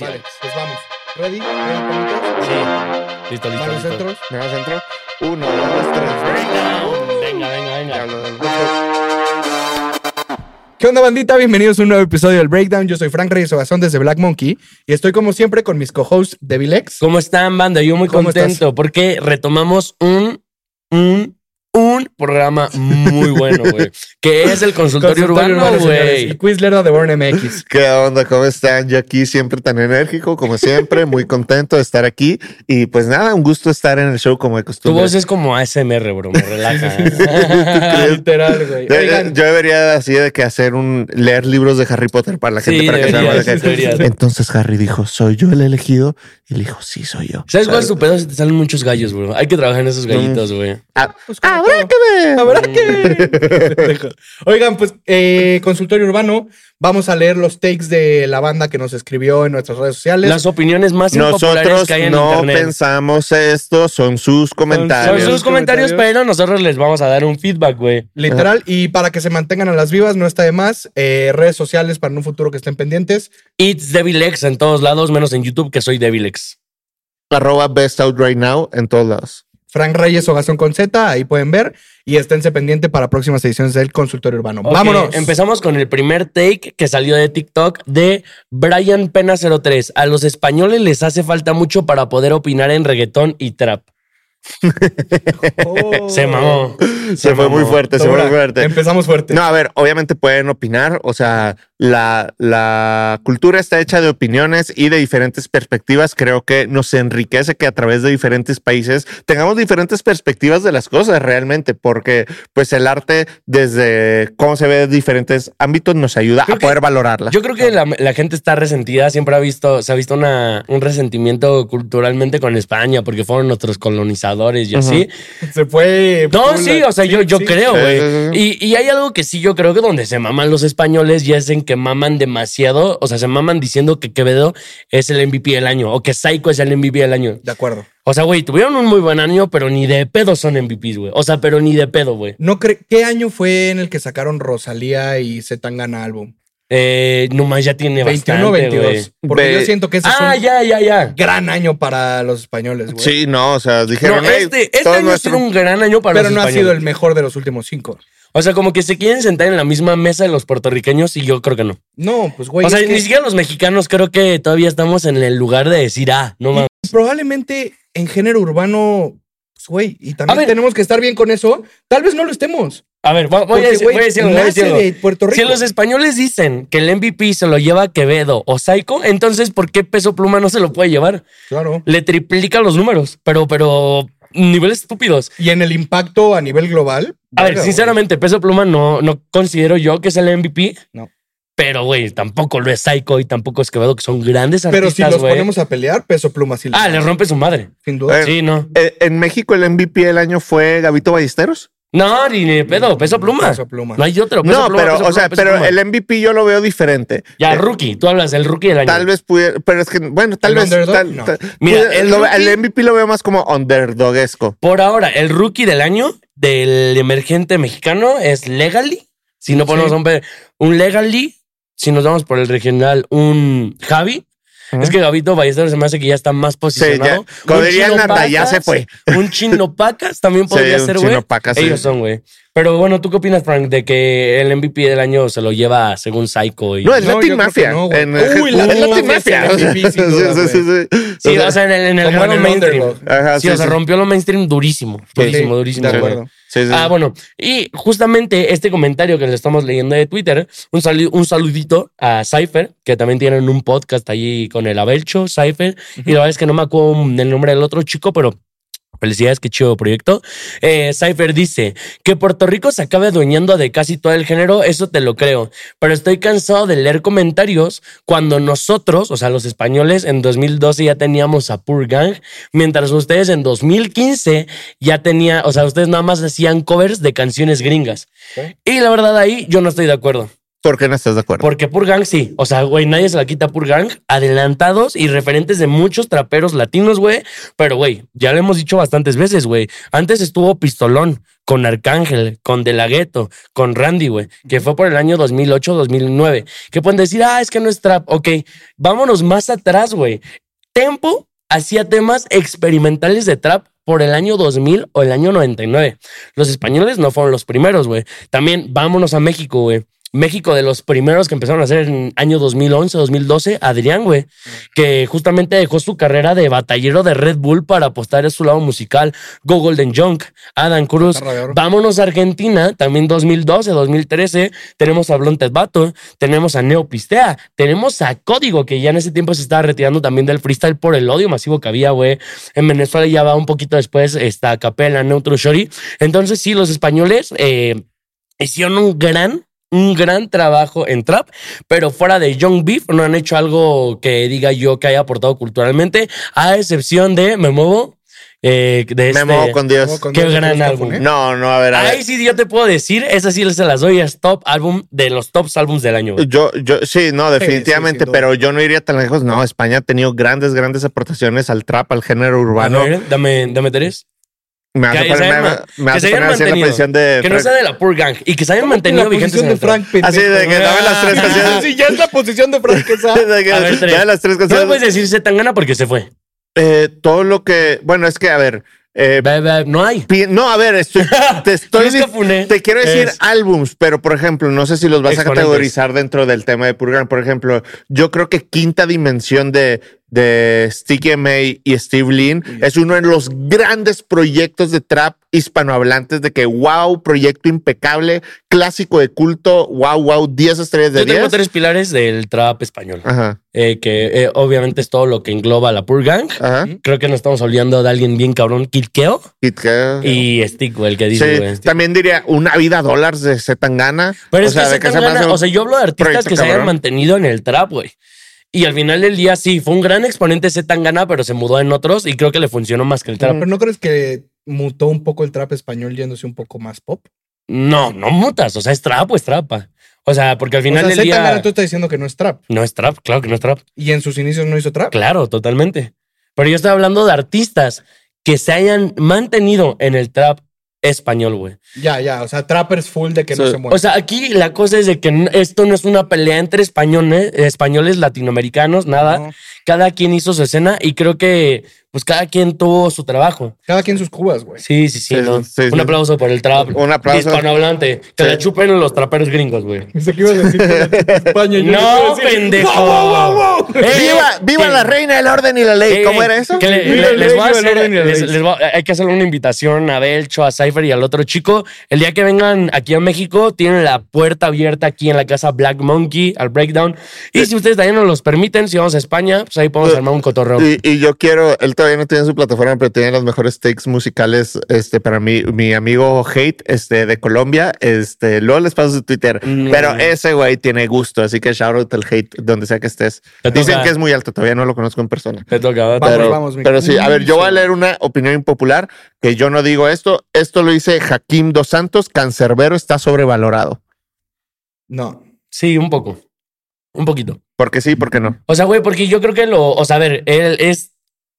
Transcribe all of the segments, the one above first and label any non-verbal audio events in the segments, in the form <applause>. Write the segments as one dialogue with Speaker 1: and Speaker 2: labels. Speaker 1: Vale, pues vamos. ¿Ready? ¿Ready, palitos?
Speaker 2: Sí. Listo, listo.
Speaker 1: Manos
Speaker 2: listo.
Speaker 1: centros.
Speaker 3: Me vas a entrar. Uno, dos, tres.
Speaker 2: Venga, venga,
Speaker 3: Ya
Speaker 2: venga.
Speaker 3: lo del-
Speaker 1: ¿Qué onda, bandita? Bienvenidos a un nuevo episodio del Breakdown. Yo soy Frank Reyes Obazón desde Black Monkey y estoy, como siempre, con mis co-hosts de Vilex.
Speaker 2: ¿Cómo están, banda? Yo muy
Speaker 1: ¿Cómo
Speaker 2: contento porque retomamos un, un, un programa muy
Speaker 3: <laughs>
Speaker 2: bueno, güey. que es el consultorio, urbano,
Speaker 1: señores, Y
Speaker 2: güey.
Speaker 1: Quizlero de Born
Speaker 2: <laughs>
Speaker 1: MX.
Speaker 3: ¿Qué onda? ¿Cómo están? Yo aquí siempre tan enérgico como siempre, muy contento de estar aquí y pues nada, un gusto estar en el show como de
Speaker 2: Tu
Speaker 3: costumbre.
Speaker 2: voz es como ASMR, bro. Me relaja.
Speaker 1: <laughs> Literal, güey.
Speaker 3: De-
Speaker 1: Oigan,
Speaker 3: yo debería así de que hacer un leer libros de Harry Potter para la gente
Speaker 2: Sí,
Speaker 3: para que se
Speaker 2: deberías,
Speaker 3: haga de que-
Speaker 2: <laughs> deberías.
Speaker 3: Entonces Harry dijo, ¿soy yo el elegido? Y le dijo, sí, soy yo.
Speaker 2: ¿Sabes cuál es tu pedo? Se te salen muchos gallos, bro. Hay que trabajar en esos gallitos, güey.
Speaker 3: Ah,
Speaker 1: pues, como
Speaker 3: Habrá
Speaker 1: todo.
Speaker 3: que ver.
Speaker 1: Habrá <laughs> que. Oigan, pues, eh, consultorio urbano. Vamos a leer los takes de la banda que nos escribió en nuestras redes sociales.
Speaker 2: Las opiniones más impopulares
Speaker 3: Nosotros
Speaker 2: que hay en
Speaker 3: no
Speaker 2: internet.
Speaker 3: pensamos esto, son sus
Speaker 2: Son
Speaker 3: comentarios.
Speaker 2: sus comentarios, pero nosotros les vamos a dar un feedback, güey.
Speaker 1: Literal, y para que se mantengan a las vivas, no está de más. eh, redes sociales para en un futuro que estén pendientes.
Speaker 2: It's Devilex en todos lados, menos en YouTube, que soy Devilex.
Speaker 3: Arroba best out right now en todos lados.
Speaker 1: Frank Reyes Hogazón con Z, ahí pueden ver. Y esténse pendiente para próximas ediciones del Consultorio Urbano.
Speaker 2: Ok,
Speaker 1: Vámonos.
Speaker 2: Empezamos con el primer take que salió de TikTok de Brian Pena 03. A los españoles les hace falta mucho para poder opinar en reggaetón y trap.
Speaker 1: <laughs> Oh.
Speaker 2: Se mamó.
Speaker 3: Se fue
Speaker 2: mamó.
Speaker 3: muy fuerte, se fue muy
Speaker 1: Ahora,
Speaker 3: fuerte.
Speaker 2: em,
Speaker 1: Empezamos fuerte.
Speaker 3: No, a ver, obviamente pueden opinar, o sea, la, la cultura está hecha de opiniones y de diferentes perspectivas. Creo que nos enriquece que a través de diferentes países tengamos diferentes perspectivas de las cosas realmente, porque pues el arte desde cómo se ve de diferentes ámbitos nos ayuda
Speaker 2: Creo
Speaker 3: a
Speaker 2: que-
Speaker 3: poder valorarla.
Speaker 2: Yo creo que la, la gente está resentida, siempre ha visto, se ha visto una, un resentimiento culturalmente con España porque fueron nuestros colonizadores y así.
Speaker 1: <laughs> Se fue.
Speaker 2: No,
Speaker 1: full-
Speaker 2: sí, o sea, yo, yo
Speaker 1: sí.
Speaker 2: creo,
Speaker 3: Sí,
Speaker 2: güey.
Speaker 3: sí,
Speaker 2: Y, y hay algo que sí, yo creo que donde se maman los españoles y es en que maman demasiado, o sea, se maman diciendo que Quevedo es el MVP del año o que Psycho es el MVP del año.
Speaker 1: De acuerdo.
Speaker 2: O sea, güey, tuvieron un muy buen año, pero ni de pedo son MVPs, güey. O sea, pero ni de pedo, güey.
Speaker 1: No cre- ¿Qué año fue en el que sacaron Rosalía y Zetangana álbum?
Speaker 2: Eh, nomás ya tiene
Speaker 1: 21
Speaker 2: 21,
Speaker 1: o 22.
Speaker 2: 22.
Speaker 1: Porque
Speaker 3: Ve-
Speaker 1: yo siento que ese
Speaker 2: Ah,
Speaker 1: es un
Speaker 2: ya, ya, ya.
Speaker 1: gran año para los españoles, güey.
Speaker 3: Sí, no, o sea, dijeron,
Speaker 2: No,
Speaker 3: "Hey,
Speaker 2: este, este
Speaker 3: todo
Speaker 2: año
Speaker 3: nuestro".
Speaker 2: ha sido un gran año para
Speaker 1: Pero
Speaker 2: los
Speaker 1: no ha sido
Speaker 2: españoles.
Speaker 1: el mejor de los últimos cinco.
Speaker 2: O sea, como que se quieren sentar en la misma mesa de los puertorriqueños y yo creo que no.
Speaker 1: No, pues güey.
Speaker 2: o sea,
Speaker 1: es que
Speaker 2: ni siquiera los mexicanos creo que todavía estamos en el lugar de decir, ah, no mames.
Speaker 1: probablemente en género urbano, pues güey, y también
Speaker 2: A ver.
Speaker 1: tenemos que estar bien con eso. Tal vez no lo estemos.
Speaker 2: A ver, va- voy,
Speaker 1: porque,
Speaker 2: a decir,
Speaker 1: güey,
Speaker 2: voy a decirlo, voy a
Speaker 1: nace
Speaker 2: decirlo.
Speaker 1: de Puerto Rico.
Speaker 2: Si los españoles dicen que el MVP se lo lleva Quevedo o Psycho, entonces ¿por qué Peso Pluma no se lo puede llevar?
Speaker 1: Claro.
Speaker 2: Le triplica los números, pero, pero niveles estúpidos.
Speaker 1: Y en el impacto a nivel global.
Speaker 2: A ver,
Speaker 1: verga,
Speaker 2: sinceramente, Peso Pluma no, no considero yo que es el MVP.
Speaker 1: No.
Speaker 2: Pero, güey, tampoco lo es Psycho y tampoco es Quevedo, que son grandes
Speaker 1: güey. Pero si
Speaker 2: artistas,
Speaker 1: los
Speaker 2: güey.
Speaker 1: ponemos a pelear, peso pluma sí. les
Speaker 2: Ah, le
Speaker 1: gana,
Speaker 2: rompe su madre.
Speaker 1: Sin duda.
Speaker 3: Eh.
Speaker 2: Sí, no.
Speaker 3: Eh, En México el MVP del año fue Gabito Ballesteros.
Speaker 2: No, ni de pedo, Peso Pluma.
Speaker 1: Peso Pluma.
Speaker 2: No hay otro. Peso
Speaker 3: No,
Speaker 2: Pluma,
Speaker 3: pero,
Speaker 2: Peso
Speaker 3: o
Speaker 2: Pluma,
Speaker 3: sea,
Speaker 2: Peso
Speaker 3: pero
Speaker 2: Pluma.
Speaker 3: el MVP yo lo veo diferente.
Speaker 2: Ya,
Speaker 3: Eh,
Speaker 2: rookie. Tú hablas del rookie del año.
Speaker 3: Tal vez pudiera, pero es que, bueno, tal
Speaker 1: ¿El
Speaker 3: vez.
Speaker 1: underdog?
Speaker 3: tal-
Speaker 1: No.
Speaker 3: tal-
Speaker 2: Mira,
Speaker 3: pudiera-
Speaker 2: el
Speaker 3: lo ve-
Speaker 2: rookie-
Speaker 3: el MVP lo veo más como underdogesco.
Speaker 2: Por ahora, el rookie del año del emergente mexicano es Legally. Si no ponemos
Speaker 1: Sí.
Speaker 2: a un, pe- un Legally, si nos vamos por el regional, un Javi.
Speaker 3: Ujú.
Speaker 2: Es que Gabito Ballesteros se me hace que ya está más posicionado.
Speaker 3: ya. Como
Speaker 2: Un
Speaker 3: diría
Speaker 2: Chino
Speaker 3: Nata, ya
Speaker 2: Pacas,
Speaker 3: se fue.
Speaker 2: Un
Speaker 3: <laughs>
Speaker 2: chino pacas también
Speaker 3: Sí,
Speaker 2: podría
Speaker 3: un
Speaker 2: ser,
Speaker 3: Chino
Speaker 2: güey.
Speaker 3: Pacas, sí.
Speaker 2: Ellos son, güey. Pero bueno, ¿tú qué opinas, Frank, de que el MVP del año se lo lleva según Psycho? Y...
Speaker 3: No, el
Speaker 1: No, yo
Speaker 3: Latin
Speaker 1: creo
Speaker 3: Mafia.
Speaker 1: que no, güey.
Speaker 3: en, <laughs>
Speaker 1: Uy, la-
Speaker 3: el Latin
Speaker 1: Latin Mafia
Speaker 3: Mafia.
Speaker 1: es el MVP, sin duda,
Speaker 3: Sí, sí, sí, sí.
Speaker 2: sí,
Speaker 3: O sea,
Speaker 2: o sea, en el, en el
Speaker 1: Como en
Speaker 2: grado
Speaker 1: el
Speaker 2: mainstream.
Speaker 1: underdog.
Speaker 3: ajá,
Speaker 2: Sí, o sea, rompió lo mainstream durísimo. Durísimo,
Speaker 1: Sí,
Speaker 2: durísimo.
Speaker 1: de
Speaker 2: güey.
Speaker 1: acuerdo.
Speaker 3: sí, sí, sí.
Speaker 2: Ah, bueno, y justamente este comentario que le estamos leyendo de Twitter, un, salu- un saludito a Cypher, que también tienen un podcast allí con el Abelcho, Cypher, y la verdad es que no me acuerdo del nombre del otro chico, pero felicidades, qué chido proyecto. Eh, Cypher dice que Puerto Rico se acabe adueñando de casi todo el género, eso te lo creo, pero estoy cansado de leer comentarios cuando nosotros, o sea, los españoles, en 2012 ya teníamos a Pur Gang, mientras ustedes en 2015 ya tenía, o sea, ustedes nada más hacían covers de canciones gringas.
Speaker 1: Ok.
Speaker 2: Y la verdad ahí yo no estoy de acuerdo,
Speaker 3: ¿Por qué no estás de acuerdo?
Speaker 2: porque Pur Gang sí, o sea, güey, nadie se la quita a Pur Gang, adelantados y referentes de muchos traperos latinos, güey, pero güey, ya lo hemos dicho bastantes veces, güey, antes estuvo Pistolón, con Arcángel, con De La Ghetto, con Randy, güey, que fue por el año 2008, 2009. Que pueden decir, ah, es que no es trap. Ok, vámonos más atrás, güey. Tempo hacía temas experimentales de trap por el año 2000 o el año 99. Los españoles no fueron los primeros, güey. También vámonos a México, güey. México de los primeros que empezaron a hacer en año 2011, 2012, Adrián, güey, que justamente dejó su carrera de batallero de Red Bull para apostar a su lado musical, Go Golden Junk, Adam Cruz.
Speaker 1: Guitarra de oro.
Speaker 2: Vámonos a Argentina, también 2012, 2013, tenemos a Blonte Bato, tenemos a Neo Pistea, tenemos a Código, que ya en ese tiempo se estaba retirando también del freestyle por el odio masivo que había, güey. En Venezuela ya va un poquito después, está Capela, Neutro Shori. Entonces, sí, los españoles eh, hicieron un gran un gran trabajo en trap, pero fuera de Young Beef no han hecho algo que diga yo que haya aportado culturalmente, a excepción de Me Muevo, eh, de este...
Speaker 3: Me muevo con Dios.
Speaker 1: Con
Speaker 2: Qué
Speaker 1: Dios,
Speaker 2: gran
Speaker 1: Dios,
Speaker 2: álbum.
Speaker 1: Cafuné.
Speaker 3: No, no, a ver, a ver.
Speaker 2: Ahí sí yo te puedo decir, esas sí se las doy, es top álbum de los tops álbums del año. güey.
Speaker 3: Yo, yo, sí, no, definitivamente,
Speaker 1: sí, sin duda.
Speaker 3: pero yo no iría tan lejos. No, España ha tenido grandes, grandes aportaciones al trap, al género
Speaker 2: A
Speaker 3: urbano.
Speaker 2: ver, dame, dame tres.
Speaker 3: Me vas a
Speaker 2: Que se
Speaker 3: poner,
Speaker 2: hayan
Speaker 3: me,
Speaker 2: ma-
Speaker 3: me
Speaker 2: que
Speaker 3: vas
Speaker 2: se
Speaker 3: a
Speaker 2: hayan
Speaker 3: poner así en la
Speaker 2: mantenido.
Speaker 3: posición de.
Speaker 2: Que no sea de la Poor Gang y que se hayan mantenido
Speaker 1: la
Speaker 2: vigentes
Speaker 1: posición
Speaker 2: en
Speaker 1: de
Speaker 2: el trap.
Speaker 1: Frank, pendejo.
Speaker 3: Así de que dame las tres
Speaker 2: Ah.
Speaker 1: <laughs>
Speaker 3: canciones.
Speaker 1: Sí, ya es la posición de Frank Quesada.
Speaker 3: <laughs> de que-
Speaker 2: A ver, tres.
Speaker 3: ya de las tres
Speaker 2: No pues, le
Speaker 3: canciones.
Speaker 2: puedes decir Zetangana porque se fue.
Speaker 3: eh, todo lo que. Bueno, es que, a ver. eh,
Speaker 2: Ve, ve, No hay.
Speaker 3: pi- no, a
Speaker 2: <laughs>
Speaker 3: ver, estoy, te estoy.
Speaker 2: Luis Cafuné
Speaker 3: Te quiero decir
Speaker 2: es-
Speaker 3: álbums, pero por ejemplo, no sé si los vas
Speaker 2: Exponentes.
Speaker 3: a categorizar dentro del tema de Purgan. Por ejemplo, yo creo que Quinta Dimensión de, de Sticky MA y Steve Lin es uno de los grandes proyectos de trap hispanohablantes de que wow, proyecto impecable, clásico de culto, wow, wow, 10 estrellas de
Speaker 2: Yo tengo
Speaker 3: 10.
Speaker 2: tres pilares del trap español,
Speaker 3: Ajá,
Speaker 2: eh, que eh, obviamente es todo lo que engloba la Poor Gang.
Speaker 3: ajá.
Speaker 2: Creo que nos estamos olvidando de alguien bien cabrón, Kilkeo
Speaker 3: Kit Kat.
Speaker 2: y Stick, güey, el que dice,
Speaker 3: Sí,
Speaker 2: güey.
Speaker 3: también diría una vida dólares de Zetangana.
Speaker 2: Pero
Speaker 3: O
Speaker 2: es
Speaker 3: sea,
Speaker 2: que
Speaker 3: de
Speaker 2: se
Speaker 3: que se
Speaker 2: tengan
Speaker 3: me hace
Speaker 2: gana-
Speaker 3: un-
Speaker 2: o sea, yo hablo de artistas
Speaker 3: proyecto
Speaker 2: que se hayan
Speaker 3: cabrón.
Speaker 2: mantenido en el trap, güey. Y al final del día sí, fue un gran exponente ese Tangana, pero se mudó en otros y creo que le funcionó más que el trap.
Speaker 1: Pero ¿no crees que mutó un poco el trap español yéndose un poco más pop?
Speaker 2: No, no mutas, o sea, es trap o es trapa. O sea, porque al final
Speaker 1: o sea,
Speaker 2: del
Speaker 1: Z
Speaker 2: día
Speaker 1: Tangana, tú estás diciendo que no es trap.
Speaker 2: no es trap, claro que no es trap.
Speaker 1: Y en sus inicios no hizo trap.
Speaker 2: Claro, totalmente. Pero yo estoy hablando de artistas que se hayan mantenido en el trap español, güey.
Speaker 1: Ya, ya. O sea, trappers full de que no
Speaker 3: Sí.
Speaker 1: se mueve.
Speaker 2: O sea, aquí la cosa es de que n- esto no es una pelea entre españoles, españoles latinoamericanos, nada.
Speaker 1: No.
Speaker 2: Cada quien hizo su escena y creo que pues cada quien tuvo su trabajo.
Speaker 1: Cada quien sus cubas, güey.
Speaker 2: Sí, sí, sí.
Speaker 3: Sí,
Speaker 2: ¿no?
Speaker 3: sí, sí.
Speaker 2: Un aplauso por el trap.
Speaker 3: Un aplauso.
Speaker 2: Hispanohablante. Que
Speaker 3: Sí.
Speaker 2: la chupen los traperos gringos, güey.
Speaker 1: <laughs> Pensé que ibas a decir que era España. y yo iba a
Speaker 2: No,
Speaker 1: decir,
Speaker 2: pendejo. Eh,
Speaker 3: ¡Viva, viva
Speaker 2: que-
Speaker 3: la reina del orden y la ley!
Speaker 2: eh,
Speaker 3: ¿Cómo era eso?
Speaker 2: que le-
Speaker 1: Viva
Speaker 2: le-
Speaker 1: el
Speaker 2: les
Speaker 1: rey,
Speaker 2: voy
Speaker 1: viva
Speaker 2: a
Speaker 1: el
Speaker 2: hacer-
Speaker 1: orden y la
Speaker 2: les-
Speaker 1: ley.
Speaker 2: les voy a- hay que hacerle una invitación a Belcho, a Cypher y al otro chico. El día que vengan aquí a México, tienen la puerta abierta aquí en la casa Black Monkey, al Breakdown. Y si ustedes también nos los permiten, si vamos a España, pues ahí podemos
Speaker 3: Eh,
Speaker 2: armar un cotorreo.
Speaker 3: Y, y yo quiero, él todavía no tiene su plataforma, pero tiene los mejores takes musicales. Este, para mí, mi amigo Hate, este, de Colombia, este, luego les paso su Twitter.
Speaker 2: Mm.
Speaker 3: Pero ese güey tiene gusto, así que shout out al Hate, donde sea que estés.
Speaker 2: Te
Speaker 3: Dicen
Speaker 2: toca.
Speaker 3: que es muy alto, todavía no lo conozco en persona.
Speaker 2: Te toca, va, te-
Speaker 1: Vamos,
Speaker 3: pero,
Speaker 1: vamos, mi-
Speaker 3: pero sí, a ver, yo voy a leer una opinión impopular que yo no digo esto. Esto lo dice Jaquim Dos Santos. Cancerbero está sobrevalorado.
Speaker 1: No.
Speaker 2: Sí, un poco. Un poquito.
Speaker 3: Porque sí, porque no.
Speaker 2: O sea, güey, porque yo creo que lo. O sea, a ver, él es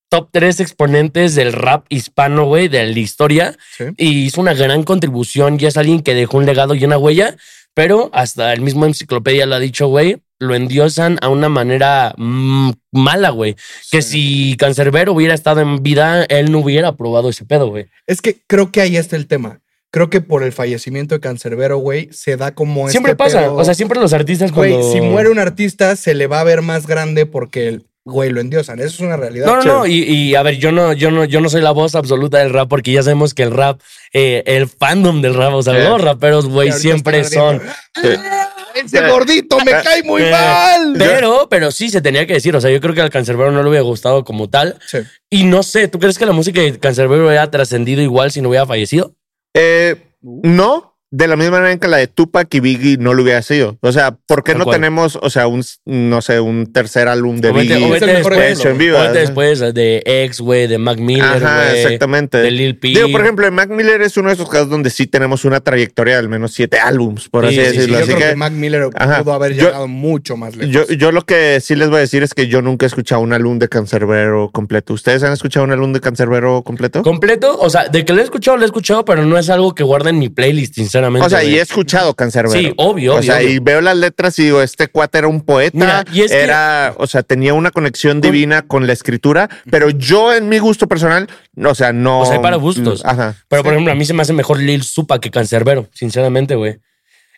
Speaker 2: top tres exponentes del rap hispano, güey, de la historia.
Speaker 1: Sí.
Speaker 2: Y hizo una gran contribución y es alguien que dejó un legado y una huella. Pero hasta el mismo enciclopedia lo ha dicho, güey, lo endiosan a una manera mm, mala, güey. Que si Cancerbero hubiera estado en vida, él no hubiera probado ese pedo, güey.
Speaker 1: Es que creo que ahí está el tema. Creo que por el fallecimiento de Cancerbero, güey, se da como
Speaker 2: siempre
Speaker 1: este
Speaker 2: pasa.
Speaker 1: pedo-
Speaker 2: O sea, siempre los artistas
Speaker 1: güey,
Speaker 2: cuando.
Speaker 1: si muere un artista, se le va a ver más grande porque el güey lo endiosan. Eso es una realidad.
Speaker 2: No, no, no. Y, y, a ver, yo no, yo no, yo no soy la voz absoluta del rap porque ya sabemos que el rap, eh, el fandom del rap, o sea,
Speaker 3: Eh.
Speaker 2: los raperos, güey,
Speaker 1: Que ahorita
Speaker 2: siempre
Speaker 1: están
Speaker 2: son.
Speaker 1: ardiendo.
Speaker 3: Sí.
Speaker 1: Ah,
Speaker 3: Ah,
Speaker 1: Ese gordito me cae muy
Speaker 2: Eh,
Speaker 1: mal.
Speaker 2: Pero, pero sí se tenía que decir. O sea, yo creo que al Cancerbero no le hubiera gustado como tal.
Speaker 1: Sí.
Speaker 2: Y no sé, ¿tú crees que la música de Cancerbero hubiera trascendido igual si no hubiera fallecido?
Speaker 3: Eh, no, de la misma manera en que la de Tupac y Biggie no lo hubiera sido. O sea, ¿por qué
Speaker 2: Tal
Speaker 3: no
Speaker 2: cual.
Speaker 3: tenemos, o sea, un, no sé, un tercer álbum de
Speaker 2: O vete,
Speaker 3: Biggie
Speaker 2: o vete
Speaker 1: Es el mejor
Speaker 2: después,
Speaker 3: hecho en
Speaker 2: o
Speaker 3: vivo?
Speaker 2: vete después de X, güey, de Mac Miller,
Speaker 3: Ajá,
Speaker 2: güey.
Speaker 3: exactamente.
Speaker 2: de Lil Peep.
Speaker 3: Digo, por ejemplo, en Mac Miller es uno de esos casos donde sí tenemos una trayectoria de al menos siete álbums, por
Speaker 2: Sí,
Speaker 3: así
Speaker 2: sí, sí,
Speaker 1: Sí,
Speaker 3: decirlo.
Speaker 1: yo
Speaker 3: así
Speaker 1: creo
Speaker 3: que,
Speaker 1: que Mac Miller
Speaker 3: Ajá.
Speaker 1: pudo haber
Speaker 3: Yo-
Speaker 1: llegado mucho más lejos.
Speaker 3: yo, yo lo que sí les voy a decir es que yo nunca he escuchado un álbum de Cancerbero completo. ¿Ustedes han escuchado un álbum de Cancerbero completo?
Speaker 2: Completo, o sea, de que lo he escuchado, lo he escuchado, pero no es algo que guarde en mi playlist, sinceramente.
Speaker 3: O sea, y
Speaker 2: güey.
Speaker 3: he escuchado Cancerbero.
Speaker 2: Sí, obvio,
Speaker 3: O
Speaker 2: obvio,
Speaker 3: sea,
Speaker 2: obvio.
Speaker 3: y veo las letras y digo, este cuate era un poeta,
Speaker 2: Mira, y es que-
Speaker 3: era, o sea, tenía una conexión divina con la escritura, pero yo en mi gusto personal, o sea, no.
Speaker 2: O sea, hay para gustos.
Speaker 3: Ajá.
Speaker 2: Pero, por ejemplo, a mí se me hace mejor Lil Supa que Cancerbero, sinceramente, güey.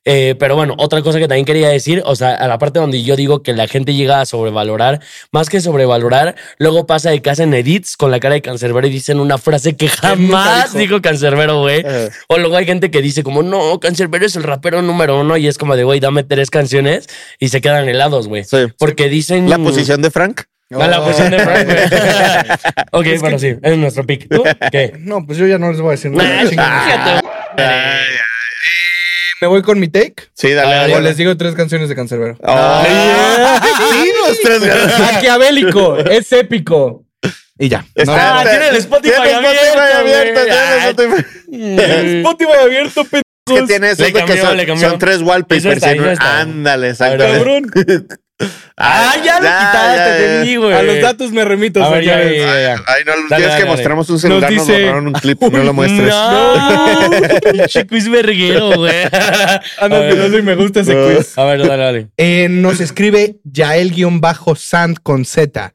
Speaker 2: Eh, pero bueno, otra cosa que también quería decir, o sea, a la parte donde yo digo que la gente llega a sobrevalorar, más que sobrevalorar, luego pasa de que hacen edits con la cara de Cancerbero y dicen una frase que jamás
Speaker 1: dijo.
Speaker 2: dijo Cancerbero, güey.
Speaker 3: Eh.
Speaker 2: O luego hay gente que dice como, no, Cancerbero es el rapero número uno y es como de, güey, dame tres canciones y se quedan helados, güey.
Speaker 3: Sí.
Speaker 2: Porque dicen...
Speaker 3: La posición de Frank.
Speaker 2: A la
Speaker 1: Oh.
Speaker 2: posición de Frank, güey. Ah, ok,
Speaker 1: Es que-
Speaker 2: bueno, sí, es nuestro pick. ¿Tú qué?
Speaker 1: <laughs> No, pues yo ya no les voy a decir nada.
Speaker 2: Nah,
Speaker 1: chinga.
Speaker 2: fíjate, güey.
Speaker 1: Me voy con mi take.
Speaker 3: Sí, dale.
Speaker 2: Ah,
Speaker 3: dale.
Speaker 1: O les digo tres canciones de Cancerbero.
Speaker 3: Ah, sí, los tres
Speaker 2: <laughs>
Speaker 3: ganaron.
Speaker 1: Maquiavélico, es épico. Y ya.
Speaker 3: Está-
Speaker 2: Ah, tiene el Spotify
Speaker 3: tiene el Spotify abierto,
Speaker 2: abierto, güey.
Speaker 3: tiene el
Speaker 2: Ay.
Speaker 3: Spotify.
Speaker 1: Spotify abierto, pendejo.
Speaker 3: ¿Qué tienes?
Speaker 2: Le
Speaker 3: Mm. Es de que
Speaker 2: cambió,
Speaker 3: son-
Speaker 2: le cambió.
Speaker 3: son tres
Speaker 2: Hizo
Speaker 3: wallpapers.
Speaker 2: esta,
Speaker 3: en
Speaker 2: hizo
Speaker 3: un-
Speaker 2: esta.
Speaker 3: Ándale, exacto.
Speaker 1: Cabrón.
Speaker 2: Ah, ya lo
Speaker 3: ya, ya,
Speaker 2: quitaste
Speaker 3: ya.
Speaker 2: de mí, güey.
Speaker 1: A los datos me remito.
Speaker 2: A ver, ya,
Speaker 1: señores.
Speaker 2: ya, ya.
Speaker 3: Ay, no, los
Speaker 2: Dale, dale,
Speaker 3: días que
Speaker 2: dale.
Speaker 3: mostramos un celular nos,
Speaker 1: dice-
Speaker 3: borraron un clip, no lo
Speaker 1: <laughs>
Speaker 3: muestres.
Speaker 2: No, chico es Ah, verguero, güey. A
Speaker 1: Andas
Speaker 2: ver,
Speaker 1: viendo y me gusta ese
Speaker 3: No.
Speaker 1: quiz.
Speaker 2: a ver, dale, dale.
Speaker 1: Eh, nos escribe Yael-Sand con Z.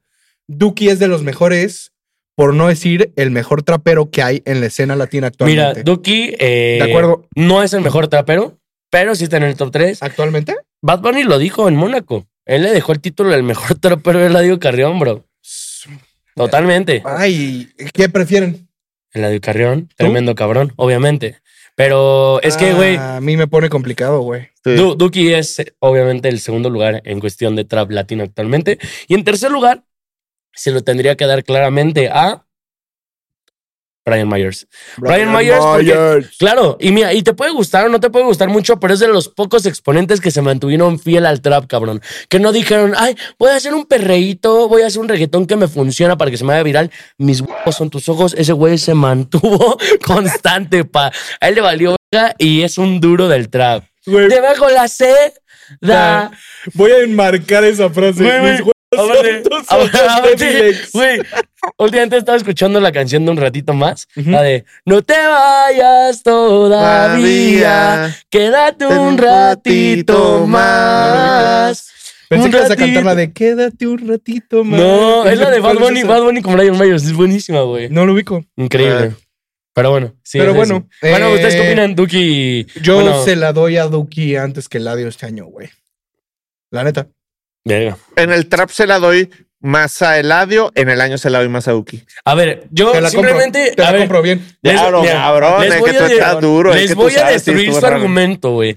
Speaker 1: Duki es de los mejores, por no decir el mejor trapero que hay en la escena latina
Speaker 2: Mira,
Speaker 1: actualmente.
Speaker 2: Duki eh,
Speaker 1: ¿De acuerdo?
Speaker 2: no es el mejor trapero, pero sí está en el top 3.
Speaker 1: ¿Actualmente?
Speaker 2: Bad Bunny lo dijo en Mónaco. Él le dejó el título del mejor <laughs> trapero de Eladio Carrión, bro. Totalmente.
Speaker 1: Ah. Ay, ¿qué prefieren?
Speaker 2: Eladio Carrión, tremendo cabrón, obviamente. Pero es que, güey,
Speaker 1: Ah, A mí me pone complicado, güey.
Speaker 3: Sí.
Speaker 2: Du- Duki es eh, obviamente el segundo lugar en cuestión de trap latino actualmente. Y en tercer lugar, se lo tendría que dar claramente a Brian Myers. Brian Myers, porque- Claro, y mira, y te puede gustar o no te puede gustar mucho, pero es de los pocos exponentes que se mantuvieron fiel al trap, cabrón. Que no dijeron, ay, voy a hacer un perreíto, voy a hacer un reggaetón que me funciona para que se me haga viral. Mis huevos son tus ojos. Ese güey se mantuvo <laughs> constante, pa. A él le valió verga y es un duro del trap.
Speaker 1: Güey,
Speaker 2: Debajo la seda.
Speaker 1: voy a enmarcar esa frase.
Speaker 2: Güey, güey.
Speaker 1: Mis huevos son
Speaker 2: Aparte,
Speaker 1: tus
Speaker 2: aparte,
Speaker 1: ojos
Speaker 2: aparte,
Speaker 1: débiles.
Speaker 2: Güey, últimamente estaba escuchando la canción de un ratito más,
Speaker 1: Ujú.
Speaker 2: la de No te vayas todavía,
Speaker 3: Todavía,
Speaker 2: quédate un
Speaker 3: un
Speaker 2: ratito
Speaker 3: ratito
Speaker 2: más.
Speaker 3: más.
Speaker 1: Pensé
Speaker 2: Un
Speaker 1: que ibas a
Speaker 2: ratito.
Speaker 1: cantar la de quédate un ratito más.
Speaker 2: No, es la de Bad
Speaker 1: ¿Cuál es
Speaker 2: Bunny,
Speaker 1: esa?
Speaker 2: Bad Bunny con Brian Myers, es buenísima, güey.
Speaker 1: No lo ubico.
Speaker 2: Increíble. Pero bueno, sí.
Speaker 1: Pero
Speaker 2: es
Speaker 1: bueno,
Speaker 2: eso. bueno,
Speaker 1: eh,
Speaker 2: ¿ustedes qué opinan, Duki?
Speaker 1: Yo
Speaker 2: Bueno,
Speaker 1: se la doy a Duki antes que Ladio este año, güey. La neta.
Speaker 2: verga.
Speaker 3: En el trap se la doy más a Eladio, en el año se la doy más a Duki.
Speaker 2: A ver, yo
Speaker 1: Te la compro.
Speaker 2: simplemente.
Speaker 1: Te
Speaker 2: a
Speaker 1: la
Speaker 2: ver,
Speaker 1: compro bien.
Speaker 2: les-
Speaker 3: Claro,
Speaker 2: mira,
Speaker 3: cabrón,
Speaker 2: les
Speaker 3: es
Speaker 2: voy
Speaker 3: que tú
Speaker 2: a de-
Speaker 3: estás duro. es
Speaker 2: Les
Speaker 3: que tú
Speaker 2: voy a
Speaker 3: sabes si
Speaker 2: destruir
Speaker 3: estuvo
Speaker 2: su
Speaker 3: raro.
Speaker 2: argumento, güey.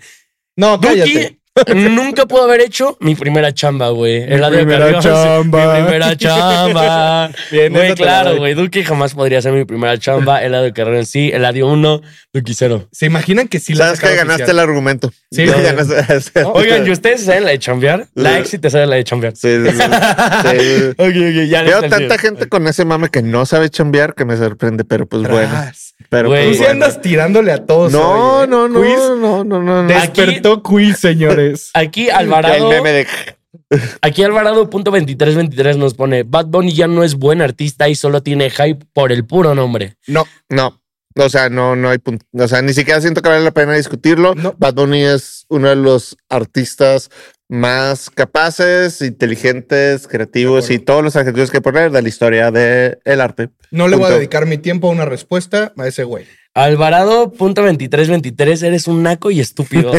Speaker 1: No, cállate.
Speaker 2: Duki nunca pudo haber hecho mi primera chamba, güey. Mi
Speaker 1: primera chamba.
Speaker 2: Mi primera chamba.
Speaker 1: <laughs> Bien,
Speaker 2: Güey,
Speaker 1: esa te la
Speaker 2: claro,
Speaker 1: doy.
Speaker 2: güey. Duki jamás podría ser mi primera chamba. El de Carrera en sí, el dio uno, Duki
Speaker 3: <laughs>
Speaker 2: cero.
Speaker 1: ¿Se imaginan que sí la
Speaker 3: Sabes que
Speaker 1: sacaron
Speaker 3: ganaste
Speaker 1: oficial?
Speaker 3: el argumento.
Speaker 1: Sí,
Speaker 3: Ya
Speaker 1: güey.
Speaker 3: ganaste. <laughs>
Speaker 2: Oigan, ¿y ustedes saben la de chambear? La ex sí te sabe la de chambear.
Speaker 3: Sí,
Speaker 1: <laughs>
Speaker 3: sí, sí. Sí.
Speaker 2: <laughs> Ok, ok, ya
Speaker 3: Veo
Speaker 2: les
Speaker 3: tanta gente con ese mame que no sabe chambear que me sorprende, pero pues bueno.
Speaker 1: Tras.
Speaker 3: Pero
Speaker 2: Güey.
Speaker 1: Tú
Speaker 3: pues
Speaker 1: sí
Speaker 3: bueno.
Speaker 1: andas tirándole a todos.
Speaker 3: No,
Speaker 1: hoy, ¿eh?
Speaker 3: no, no,
Speaker 1: Quiz
Speaker 3: no, no, no, no.
Speaker 1: Despertó quiz,
Speaker 2: <laughs>
Speaker 1: señores.
Speaker 2: Aquí
Speaker 3: Ya El
Speaker 2: Alvarado,
Speaker 3: meme de
Speaker 2: aquí Alvarado punto 2323 nos pone Bad Bunny ya no es buen artista y solo tiene hype por el puro nombre.
Speaker 1: No,
Speaker 3: No, o sea, no, no hay punto. O sea, ni siquiera siento que vale la pena discutirlo.
Speaker 1: No.
Speaker 3: Bad Bunny es uno de los artistas más capaces, inteligentes, creativos
Speaker 1: De
Speaker 3: y
Speaker 1: acuerdo.
Speaker 3: todos los adjetivos que poner de la historia del arte.
Speaker 1: no le voy a
Speaker 3: Punto.
Speaker 1: dedicar mi tiempo a una respuesta a ese güey.
Speaker 2: Alvarado, punto 2323, eres un naco y
Speaker 3: <laughs>
Speaker 2: estúpido.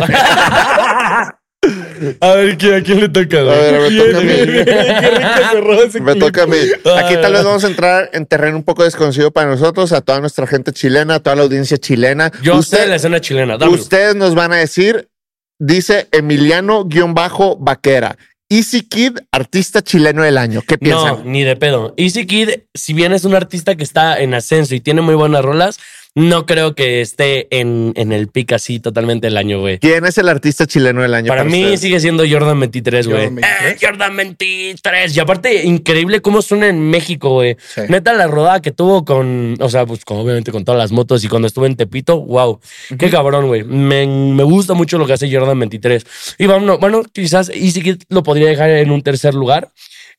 Speaker 2: A ver, ¿qué- ¿a quién le toca? güey?
Speaker 3: A ver, me toca a mí.
Speaker 2: Bien, bien, <laughs>
Speaker 3: <laughs>
Speaker 2: qué rico cerró ese
Speaker 3: Me
Speaker 2: clip.
Speaker 3: toca a mí. Aquí tal
Speaker 2: Ah.
Speaker 3: vez vamos a entrar en terreno un poco desconocido para nosotros, a toda nuestra gente chilena, a toda la audiencia chilena.
Speaker 2: Yo
Speaker 3: Usted-
Speaker 2: sé la escena chilena, dámelo.
Speaker 3: Ustedes nos van a decir, dice Emiliano-Vaquera. Easy Kid, artista chileno del año. ¿Qué piensan?
Speaker 2: No, ni de pedo. Easy Kid, si bien es un artista que está en ascenso y tiene muy buenas rolas, no creo que esté en, en el pic así totalmente el año, güey.
Speaker 3: ¿Quién es el artista chileno del año?
Speaker 2: Para mí
Speaker 3: ustedes?
Speaker 2: sigue siendo Jordan 23, güey.
Speaker 1: Jordan 23.
Speaker 2: Eh, Jordan 23. Y aparte, increíble cómo suena en México, güey.
Speaker 1: Sí.
Speaker 2: Neta, la rodada que tuvo con, o sea, pues con- obviamente con todas las motos y cuando estuve en Tepito, wow, qué cabrón, güey. Me, me gusta mucho lo que hace Jordan 23. Y bueno, bueno quizás Easy Kid lo podría dejar en un tercer lugar.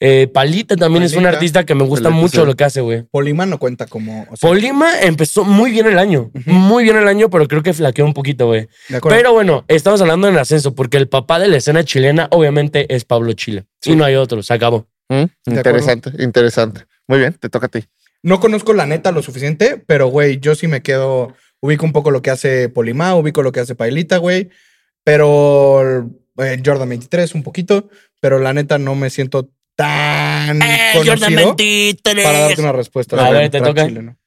Speaker 2: Eh, Palita también es un
Speaker 1: Palita.
Speaker 2: artista que me gusta
Speaker 3: Palita,
Speaker 2: mucho
Speaker 3: sí.
Speaker 2: lo que hace, güey.
Speaker 1: Polima no cuenta como. o sea,
Speaker 2: Polima empezó muy bien el año, muy bien el año, pero creo que flaqueó un poquito, güey.
Speaker 1: de acuerdo.
Speaker 2: Pero bueno, estamos hablando en ascenso, porque el papá de la escena chilena obviamente es Pablo Chile. Y no hay otro, se acabó.
Speaker 3: Mm, Interesante, interesante. Muy bien, te toca a ti.
Speaker 1: No conozco la neta lo suficiente, pero güey, yo sí me quedo. Ubico un poco lo que hace Polima, ubico lo que hace Pailita, güey. Pero eh, Jordan 23, un poquito. Pero la neta no me siento tan Mm, conocido para darte una respuesta.
Speaker 2: Eh, A
Speaker 1: sobre
Speaker 2: ver,
Speaker 1: el
Speaker 2: te
Speaker 1: trap
Speaker 2: toca.
Speaker 1: chileno.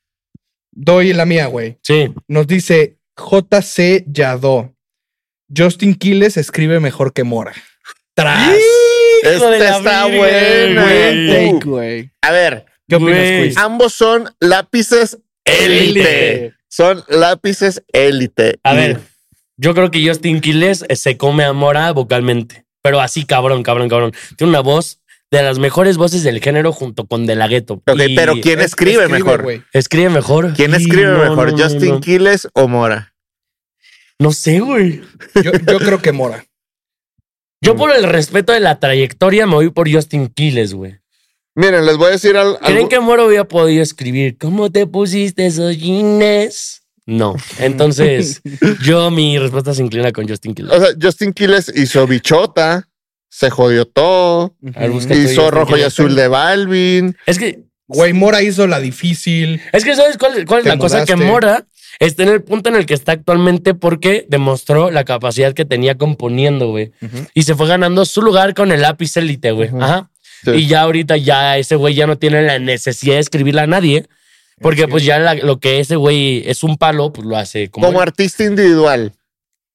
Speaker 1: Doy la mía, güey.
Speaker 2: Sí,
Speaker 1: Nos dice JC Yadó. Justin Quiles escribe mejor que Mora. Tras.
Speaker 2: Hijo de
Speaker 3: Esta
Speaker 2: la
Speaker 3: Este está
Speaker 2: virgen,
Speaker 3: buena.
Speaker 2: güey.
Speaker 3: Uh,
Speaker 1: güey.
Speaker 3: a ver,
Speaker 1: ¿Qué opinas,
Speaker 2: Güey. Ah,
Speaker 1: Quiz?
Speaker 3: ambos son lápices élite.
Speaker 2: Élite.
Speaker 3: Son lápices élite.
Speaker 2: a
Speaker 3: Y-
Speaker 2: ver. Yo creo que Justin Quiles eh, se come a Mora vocalmente. Pero así, cabrón, cabrón, cabrón. Tiene una voz de las mejores voces del género junto con De La Ghetto.
Speaker 3: Ok,
Speaker 2: Y
Speaker 3: pero ¿quién escribe, mejor?
Speaker 1: güey.
Speaker 2: Escribe mejor.
Speaker 3: ¿Quién
Speaker 2: Y
Speaker 3: escribe
Speaker 2: no,
Speaker 3: mejor,
Speaker 2: no, no,
Speaker 3: Justin
Speaker 2: no.
Speaker 3: Quiles o Mora?
Speaker 2: No sé, güey.
Speaker 1: Yo, yo creo que Mora.
Speaker 3: Mm.
Speaker 2: Yo por el respeto de la trayectoria me voy por Justin Quiles, güey.
Speaker 3: Miren, les voy a decir al-
Speaker 2: ¿Creen
Speaker 3: algo.
Speaker 2: que Moro hubiera podido escribir cómo te pusiste esos jeans? No.
Speaker 3: <laughs>
Speaker 2: Entonces, yo mi respuesta se inclina con Justin Quiles.
Speaker 3: O sea, Justin Quiles hizo Bichota, se jodió todo,
Speaker 2: A ver, busca tú,
Speaker 3: hizo
Speaker 2: Justin
Speaker 3: Rojo y
Speaker 2: Quiles.
Speaker 3: Azul de Balvin.
Speaker 2: Es que,
Speaker 1: Güey, Mora hizo la difícil.
Speaker 2: es que ¿sabes cuál, cuál es
Speaker 1: Te
Speaker 2: la cosa? Que
Speaker 1: mudaste.
Speaker 2: Mora está en el punto en el que está actualmente porque demostró la capacidad que tenía componiendo, güey. Y se fue ganando su lugar con el lápiz élite, güey.
Speaker 3: Ujú.
Speaker 2: Ajá.
Speaker 3: Sí.
Speaker 2: Y ya ahorita ya ese güey ya no tiene la necesidad de escribirle a nadie. Porque pues ya la- lo que ese güey es un palo, pues lo hace como...
Speaker 3: Como artista individual,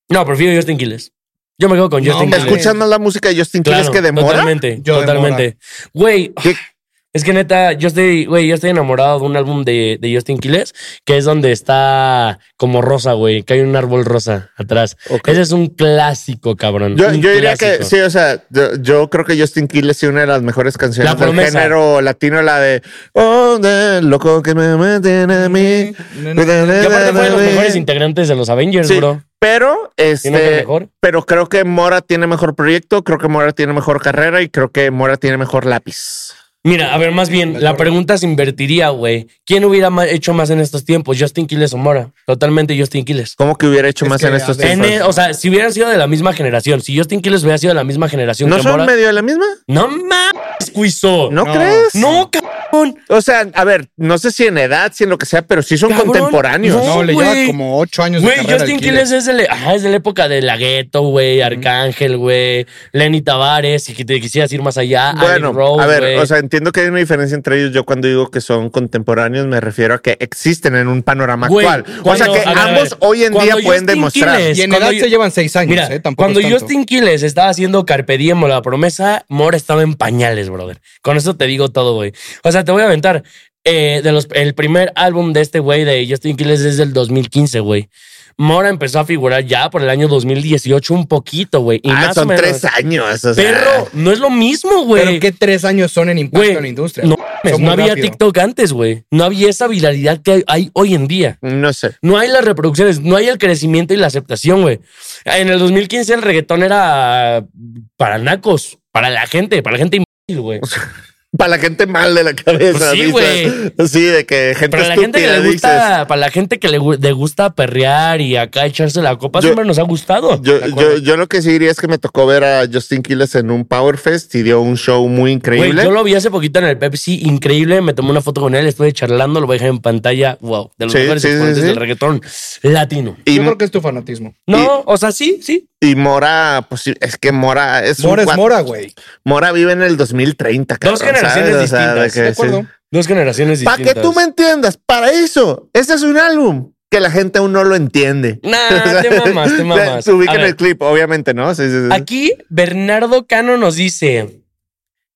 Speaker 2: No, prefiero Justin Quiles. Yo me quedo con
Speaker 1: No,
Speaker 2: Justin
Speaker 1: mames.
Speaker 2: Quiles.
Speaker 1: Escucha,
Speaker 3: escuchas más la música de Justin
Speaker 2: Claro,
Speaker 3: Quiles que de Mora.
Speaker 2: Totalmente,
Speaker 1: Yo de
Speaker 2: totalmente. Güey,
Speaker 3: ¿Qué?
Speaker 2: <sighs> es que neta, yo estoy, güey, yo estoy enamorado de un álbum de, de Justin Quiles, que es donde está como rosa, güey, que hay un árbol rosa atrás.
Speaker 3: Ok.
Speaker 2: Ese es un clásico, cabrón.
Speaker 3: Yo,
Speaker 2: un
Speaker 3: yo diría que
Speaker 2: clásico.
Speaker 3: sí, o sea, yo, yo creo que Justin Quiles es una de las mejores canciones
Speaker 2: La
Speaker 3: del
Speaker 2: promesa.
Speaker 3: género latino, la de Oh, de loco que me meten a mí.
Speaker 2: Que aparte fue de los mejores integrantes de los Avengers,
Speaker 3: Sí,
Speaker 2: bro.
Speaker 3: Pero,
Speaker 2: Si no que
Speaker 3: este,
Speaker 2: mejor.
Speaker 3: pero creo que Mora tiene mejor proyecto, creo que Mora tiene mejor carrera y creo que Mora tiene mejor lápiz.
Speaker 2: Mira, a ver, más bien,
Speaker 1: Mejor.
Speaker 2: la pregunta se invertiría, güey. ¿Quién hubiera ma- hecho más en estos tiempos, Justin Quiles o Mora? Totalmente Justin Quiles.
Speaker 3: ¿Cómo que hubiera hecho
Speaker 1: Es
Speaker 3: más
Speaker 1: que,
Speaker 3: en
Speaker 1: a
Speaker 3: estos
Speaker 1: ver,
Speaker 2: En
Speaker 3: tiempos?
Speaker 2: el- o sea, si hubieran sido de la misma generación, si Justin Quiles hubiera sido de la misma generación
Speaker 3: ¿No
Speaker 2: que
Speaker 3: son
Speaker 2: Mora.
Speaker 3: medio de la misma?
Speaker 2: No mames, cuiso. No,
Speaker 3: ¿No,
Speaker 1: No.
Speaker 3: crees?
Speaker 2: cabrón.
Speaker 3: O sea, a ver, no sé si en edad, si en lo que sea, pero sí son
Speaker 2: Cabrón,
Speaker 3: contemporáneos.
Speaker 1: No, le
Speaker 2: güey.
Speaker 1: lleva como ocho años de
Speaker 2: Güey,
Speaker 1: carrera
Speaker 2: Justin
Speaker 1: al Killer.
Speaker 2: Quiles es, de la- ajá, es de la época de la gueto, güey, Arcángel, güey, Lenny Tavares, y que te quisieras ir más allá.
Speaker 3: Bueno,
Speaker 2: Axl Rose,
Speaker 3: a ver,
Speaker 2: güey.
Speaker 3: o sea, entiendo que hay una diferencia entre ellos. Yo cuando digo que son contemporáneos me refiero a que existen en un panorama
Speaker 2: Güey,
Speaker 3: actual.
Speaker 2: cuando-
Speaker 3: o sea, que
Speaker 2: a ver, a ver,
Speaker 3: ambos hoy en día
Speaker 2: cuando
Speaker 3: pueden
Speaker 2: Justin
Speaker 3: demostrar.
Speaker 2: Quiles-
Speaker 1: Y en
Speaker 2: Cuando
Speaker 1: edad
Speaker 2: yo-
Speaker 1: se llevan seis años,
Speaker 2: Mira,
Speaker 1: ¿eh? Tampoco
Speaker 2: cuando
Speaker 1: es tanto.
Speaker 2: Justin Quiles estaba haciendo Carpe Diem o La Promesa, Mora estaba en pañales, brother. Con eso te digo todo, güey. O sea, te voy a aventar. eh, de los, el primer álbum de este güey de Justin Quiles es del 2015, güey. Mora empezó a figurar ya por el año 2018 un poquito, güey. Y
Speaker 3: Ah,
Speaker 2: más o
Speaker 3: son
Speaker 2: menos-
Speaker 3: tres años. o sea.
Speaker 2: Perro, no es lo mismo,
Speaker 1: Pero
Speaker 2: güey.
Speaker 1: qué tres años son en impacto
Speaker 2: Güey,
Speaker 1: en la industria.
Speaker 2: No,
Speaker 1: Son
Speaker 2: mames,
Speaker 1: muy
Speaker 2: no había
Speaker 1: rápido.
Speaker 2: TikTok antes, güey. No había esa viralidad que hay- hay hoy en día.
Speaker 3: No sé.
Speaker 2: No hay las reproducciones, no hay el crecimiento y la aceptación, güey. En el 2015 el reggaetón era para nacos, para la gente, para la gente imbécil, güey.
Speaker 3: Para la gente mal de la cabeza.
Speaker 2: Pues sí,
Speaker 3: dices.
Speaker 2: güey.
Speaker 3: Sí, de que gente
Speaker 2: Para la gente que
Speaker 3: estúpida
Speaker 2: le
Speaker 3: dices.
Speaker 2: gusta, para la gente que le, gu- le gusta perrear y acá echarse la copa,
Speaker 3: Yo-
Speaker 2: siempre nos ha gustado.
Speaker 3: Yo,
Speaker 1: De
Speaker 3: yo,
Speaker 1: acuerdo.
Speaker 3: yo lo que sí diría es que me tocó ver a Justin Quiles en un Power Fest y dio un show muy
Speaker 2: Güey,
Speaker 3: increíble.
Speaker 2: yo lo vi hace poquito en el Pepsi, increíble. Me tomé una foto con él, estuve charlando, lo voy a dejar en pantalla. Wow, de los
Speaker 3: Sí,
Speaker 2: mejores
Speaker 3: sí, sí,
Speaker 2: exponentes
Speaker 3: sí.
Speaker 2: del reggaetón latino.
Speaker 3: y,
Speaker 1: Yo creo que es tu fanatismo.
Speaker 2: No, o sea, sí, sí.
Speaker 3: y Mora, pues sí, es que Mora es un
Speaker 1: Mora es
Speaker 3: cuat-
Speaker 1: Mora, güey.
Speaker 3: Mora vive en el 2030. Cabrón,
Speaker 2: generaciones
Speaker 3: ¿sabes? O sea,
Speaker 2: distintas,
Speaker 3: que
Speaker 1: ¿De
Speaker 3: sí.
Speaker 1: acuerdo?
Speaker 2: Dos generaciones
Speaker 3: Para
Speaker 2: distintas.
Speaker 3: que tú me entiendas, para eso, este es un álbum que la gente aún no lo entiende.
Speaker 2: Nah, te mamas, te mamas.
Speaker 3: <laughs> Se ubica
Speaker 2: A
Speaker 3: en
Speaker 2: ver.
Speaker 3: el clip, obviamente, ¿no? Sí, sí, sí.
Speaker 2: Aquí Bernardo Cano nos dice: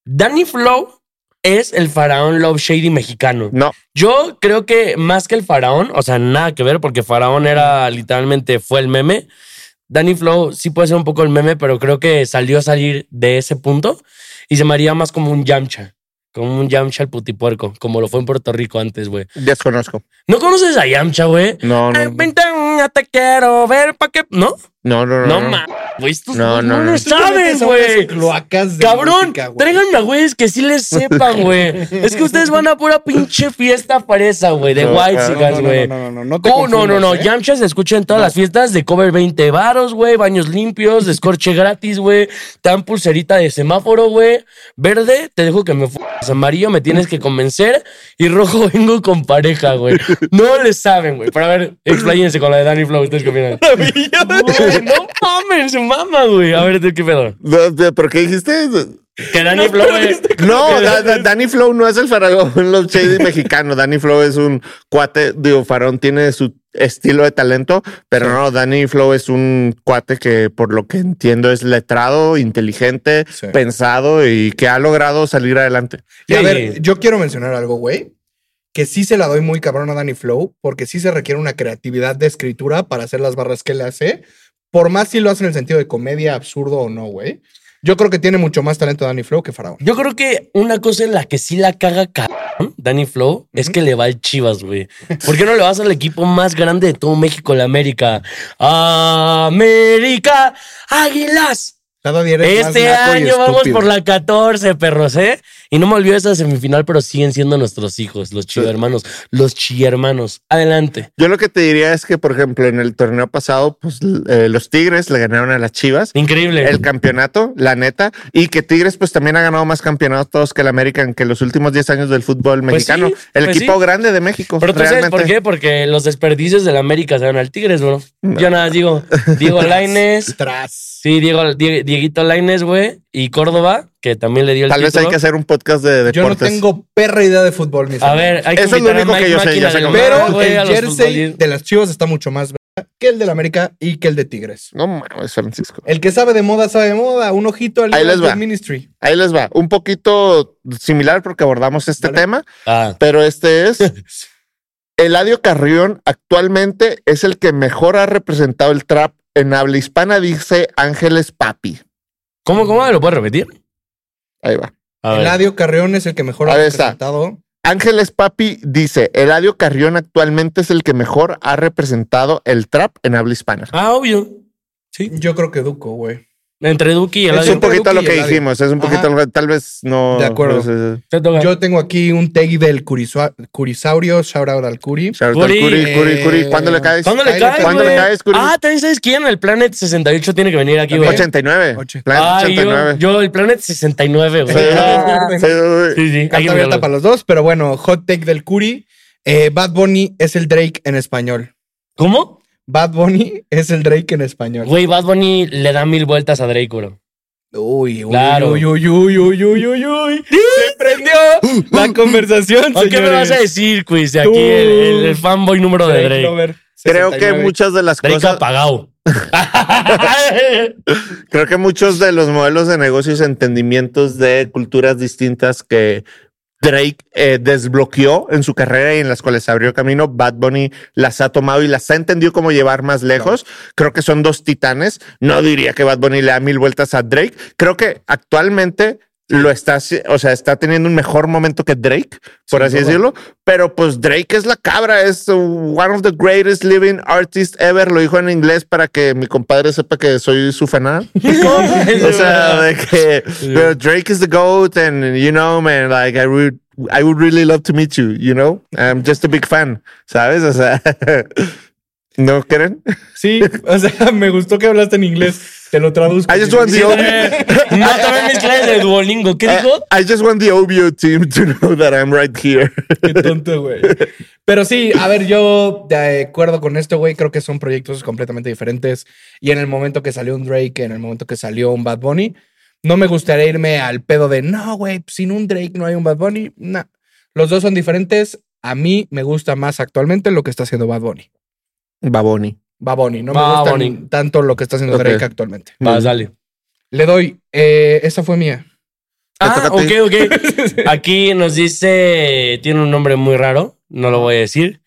Speaker 2: Danny Flow es el faraón Love Shady mexicano.
Speaker 3: No,
Speaker 2: Yo creo que más que el faraón, o sea, nada que ver, porque faraón era literalmente fue el meme. Danny Flow sí puede ser un poco el meme, pero creo que salió a salir de ese punto y se me haría más como un Yamcha, como un Yamcha el putipuerco, como lo fue en Puerto Rico antes, güey.
Speaker 3: desconozco.
Speaker 2: ¿No conoces a Yamcha, güey?
Speaker 3: No,
Speaker 2: Eh,
Speaker 3: no.
Speaker 2: vente, ya te quiero ver, ¿pa' qué? ¿No?
Speaker 3: No, no, no.
Speaker 2: No,
Speaker 3: no.
Speaker 2: ma- güey, estos
Speaker 3: Mm. No,
Speaker 2: no,
Speaker 3: no,
Speaker 2: no,
Speaker 3: no.
Speaker 2: lo
Speaker 3: Tú
Speaker 1: Tú te
Speaker 2: saben,
Speaker 1: metes a una de
Speaker 2: güey.
Speaker 1: esas cloacas de
Speaker 2: Cabrón,
Speaker 1: música, güey.
Speaker 2: tráiganme a güeyes que sí
Speaker 1: <laughs>
Speaker 2: les sepan, güey. es que ustedes van a pura pinche fiesta fresa, güey, de
Speaker 3: No,
Speaker 2: white
Speaker 3: claro.
Speaker 1: No,
Speaker 2: chicas,
Speaker 1: no,
Speaker 2: güey.
Speaker 1: No, no, no, no, no. te
Speaker 2: No, no, no,
Speaker 1: confundas,
Speaker 2: no.
Speaker 1: ¿eh?
Speaker 2: Yamcha se escucha en todas las fiestas de cover 20 varos, güey. Baños limpios, descorche gratis, güey. Te dan pulserita de semáforo, güey. Verde, te dejo que me fues. Amarillo, me tienes que convencer. Y rojo, <laughs> vengo con pareja, güey. No le saben, güey. Pero a ver, expláyense con la de Danny Flow. ¿Ustedes qué opinan? Güey, no mames, mama, güey. A ver, ¿tú qué pedo?
Speaker 3: No, de- ¿Por qué dijiste?
Speaker 2: Que Danny Flow, güey.
Speaker 3: No, Da- Da- Danny Flow no es el <laughs> faraón Love
Speaker 2: <laughs>
Speaker 3: Shady mexicano. Danny Flow es un cuate, digo, faraón tiene su estilo de talento, pero no, Danny Flow es un cuate que por lo que entiendo es letrado, inteligente,
Speaker 1: Sí.
Speaker 3: pensado y que ha logrado salir adelante.
Speaker 1: Y a
Speaker 2: Sí.
Speaker 1: ver, yo quiero mencionar algo, güey. Que sí se la doy muy cabrón a Danny Flow, porque sí se requiere una creatividad de escritura para hacer las barras que le hace. Por más si lo hace en el sentido de comedia, absurdo o no, güey. Yo creo que tiene mucho más talento Danny Flow que Faraón.
Speaker 2: Yo creo que una cosa en la que sí la caga cabrón, Danny Flow es que le va al Chivas, güey. ¿Por qué no le vas al equipo más grande de todo México, la América? América, Águilas.
Speaker 1: Cada día eres más
Speaker 2: Este
Speaker 1: naco y
Speaker 2: año vamos
Speaker 1: estúpido.
Speaker 2: por la 14, perros, ¿eh? Y no me olvido esa semifinal, pero siguen siendo nuestros hijos, los chivo hermanos, los chi hermanos. Adelante.
Speaker 3: Yo lo que te diría es que, por ejemplo, en el torneo pasado, pues eh, los Tigres le ganaron a las Chivas.
Speaker 2: Increíble.
Speaker 3: el campeonato, la neta, y que Tigres pues también ha ganado más campeonatos que el American que los últimos 10 años del fútbol
Speaker 2: Pues
Speaker 3: mexicano,
Speaker 2: sí,
Speaker 3: el
Speaker 2: pues
Speaker 3: equipo
Speaker 2: sí.
Speaker 3: grande de México.
Speaker 2: Pero tú
Speaker 3: realmente.
Speaker 2: sabes por qué? Porque los desperdicios del América se van al Tigres, bro. Yo nada, más digo,
Speaker 1: <laughs>
Speaker 2: Diego Laines,
Speaker 1: Tras.
Speaker 2: Sí, Diego, Die- Dieguito Laines, güey, y Córdoba, que también le dio el
Speaker 3: Tal vez hay
Speaker 2: título.
Speaker 3: que hacer un podcast de deportes.
Speaker 1: Yo no tengo perra idea de fútbol, mis
Speaker 2: A
Speaker 1: amigos.
Speaker 2: ver, hay que
Speaker 3: Eso es lo
Speaker 2: invitar
Speaker 3: único
Speaker 2: a
Speaker 3: que
Speaker 2: Mike
Speaker 3: yo sé,
Speaker 2: Máquina
Speaker 3: ya sé
Speaker 2: del
Speaker 3: cómo.
Speaker 2: Barrio,
Speaker 1: Pero
Speaker 2: güey, a
Speaker 1: el
Speaker 2: los
Speaker 1: jersey
Speaker 2: futbolistas.
Speaker 1: de las Chivas está mucho más verga que el del América y que el de Tigres.
Speaker 3: No mames, Francisco.
Speaker 1: El que sabe de moda, sabe de moda. Un ojito al
Speaker 3: Ahí les
Speaker 1: Liverpool
Speaker 3: va.
Speaker 1: Ministry.
Speaker 3: Ahí les va. Un poquito similar porque abordamos este
Speaker 1: Vale.
Speaker 3: tema,
Speaker 2: Ah,
Speaker 3: pero este es.
Speaker 1: <laughs>
Speaker 3: Eladio Carrión actualmente es el que mejor ha representado el trap en habla hispana, dice Ángeles Papi.
Speaker 2: ¿Cómo, cómo? ¿Lo puedes repetir?
Speaker 3: Ahí va.
Speaker 2: A ver.
Speaker 1: Eladio Carrión es el que mejor ha
Speaker 3: Ahí está.
Speaker 1: representado.
Speaker 3: Ángeles Papi dice, Eladio Carrión actualmente es el que mejor ha representado el trap en habla hispana.
Speaker 2: Ah, obvio. Sí.
Speaker 1: Yo creo que Duco, güey.
Speaker 2: Entre Duki y
Speaker 1: Es
Speaker 3: es
Speaker 2: Eladio.
Speaker 3: un poquito lo
Speaker 1: Duki y
Speaker 3: que
Speaker 1: Eladio.
Speaker 3: dijimos, es un
Speaker 1: Ajá.
Speaker 3: poquito, lo- tal vez no...
Speaker 1: De acuerdo.
Speaker 3: no sé,
Speaker 2: Te toca.
Speaker 1: Yo tengo aquí un tag del curisua- Curisaurio, shout out al Curi. <laughs> eh,
Speaker 3: shout out
Speaker 2: Curi,
Speaker 3: al Curi, Curi, Curi, ¿cuándo le caes?
Speaker 2: ¿Cuándo le
Speaker 1: Ahí lo
Speaker 2: caes,
Speaker 1: tengo.
Speaker 3: ¿Cuándo le
Speaker 2: güey?
Speaker 3: caes, Curi?
Speaker 2: Ah, también sabes quién. El Planet 68 tiene que venir aquí, güey.
Speaker 1: También.
Speaker 3: 89.
Speaker 1: Ocho.
Speaker 3: Plan
Speaker 2: Ah, yo,
Speaker 3: 89.
Speaker 2: yo, el Planet 69, güey.
Speaker 3: Sí,
Speaker 1: Ah,
Speaker 3: sí, sí.
Speaker 2: Sí, sí. hay que
Speaker 1: Carta abierta
Speaker 2: mirarlo.
Speaker 1: para los dos, pero bueno, hot take del Curi. Eh, Bad Bunny es el Drake en español.
Speaker 2: ¿Cómo?
Speaker 1: Bad Bunny es el Drake en español.
Speaker 2: Güey, Bad Bunny le da mil vueltas a Drake, bro.
Speaker 1: Uy, uy,
Speaker 2: Claro.
Speaker 1: uy, uy, uy, uy, uy, uy, uy. Se prendió
Speaker 3: Uh,
Speaker 1: la conversación,
Speaker 2: ¿O ¿Qué me vas a decir, Quiz? Aquí el, el- el fanboy número de Drake.
Speaker 3: Creo que muchas de las
Speaker 2: Drake
Speaker 3: cosas, <laughs>
Speaker 2: apagado.
Speaker 3: creo que muchos de los modelos de negocios, entendimientos de culturas distintas que Drake eh, desbloqueó en su carrera y en las cuales abrió camino, Bad Bunny las ha tomado y las ha entendido cómo llevar más lejos. Creo que son dos titanes. No diría que Bad Bunny le da mil vueltas a Drake. Creo que actualmente lo está, haci- o sea, está teniendo un mejor momento que Drake, por
Speaker 1: Sin
Speaker 3: así
Speaker 1: duda.
Speaker 3: decirlo. Pero pues Drake es la cabra, es uh, one of the greatest living artists ever. Lo dijo en inglés para que mi compadre sepa que soy su fanal. <laughs> O sea, de que pero Drake is the goat, and you know, man, like I would, I would really love to meet you. You know, I'm just a big fan, ¿sabes? O sea, <laughs> ¿no creen?
Speaker 1: Sí, o sea, <laughs> me gustó que hablaste en inglés. Te lo traduzco.
Speaker 3: I just want the OBO.
Speaker 2: no tomé mis clases de Duolingo.
Speaker 3: Ah,
Speaker 2: ¿Qué dijo?
Speaker 3: I just want the OBO team to know that I'm right here.
Speaker 1: <laughs> Qué tonto, güey. Pero sí, a ver, yo de acuerdo con esto, güey. Creo que son proyectos completamente diferentes. Y en el momento que salió un Drake, en el momento que salió un Bad Bunny, no me gustaría irme al pedo de no, güey, sin un Drake no hay un Bad Bunny. No. Los dos son diferentes. A mí me gusta más actualmente lo que está haciendo Bad Bunny.
Speaker 3: Baboni.
Speaker 1: Bad Bunny. No me
Speaker 2: Bad
Speaker 1: gusta
Speaker 2: Bunny.
Speaker 1: tanto lo que está haciendo
Speaker 3: Ok.
Speaker 2: Ah,
Speaker 1: Drake actualmente.
Speaker 2: Vas, dale.
Speaker 1: Le doy. eh, esa fue mía.
Speaker 2: Ah,
Speaker 3: toca a ti.
Speaker 2: ok,
Speaker 3: <laughs>
Speaker 2: ok. Aquí nos dice, tiene un nombre muy raro, no lo voy a decir.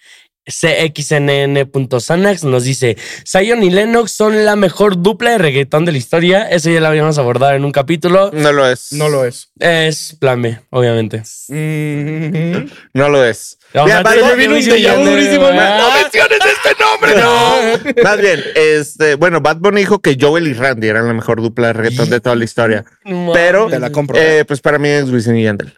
Speaker 2: CXNN.Sanax nos dice, Zion y Lennox son la mejor dupla de reggaetón de la historia. Eso ya lo habíamos abordado en un capítulo.
Speaker 3: No lo es.
Speaker 1: No lo es.
Speaker 2: Es plan B, obviamente.
Speaker 1: <laughs> Mm.
Speaker 3: No lo es.
Speaker 2: Vamos
Speaker 3: Ya,
Speaker 2: a
Speaker 3: más
Speaker 2: tener
Speaker 3: bien-
Speaker 2: que
Speaker 1: vino un
Speaker 2: decir
Speaker 1: déjà vu
Speaker 2: ya,
Speaker 1: durísimo,
Speaker 2: güey.
Speaker 1: man.
Speaker 3: No menciones este nombre,
Speaker 1: <laughs>
Speaker 3: <laughs> no. Más bien, este, bueno, Bad Bunny dijo que Joel y Randy eran la mejor dupla de reggaetón de toda la historia.
Speaker 2: No
Speaker 3: Pero-
Speaker 1: Te la compro.
Speaker 3: Eh, pues para mí es Wisin y Yandel.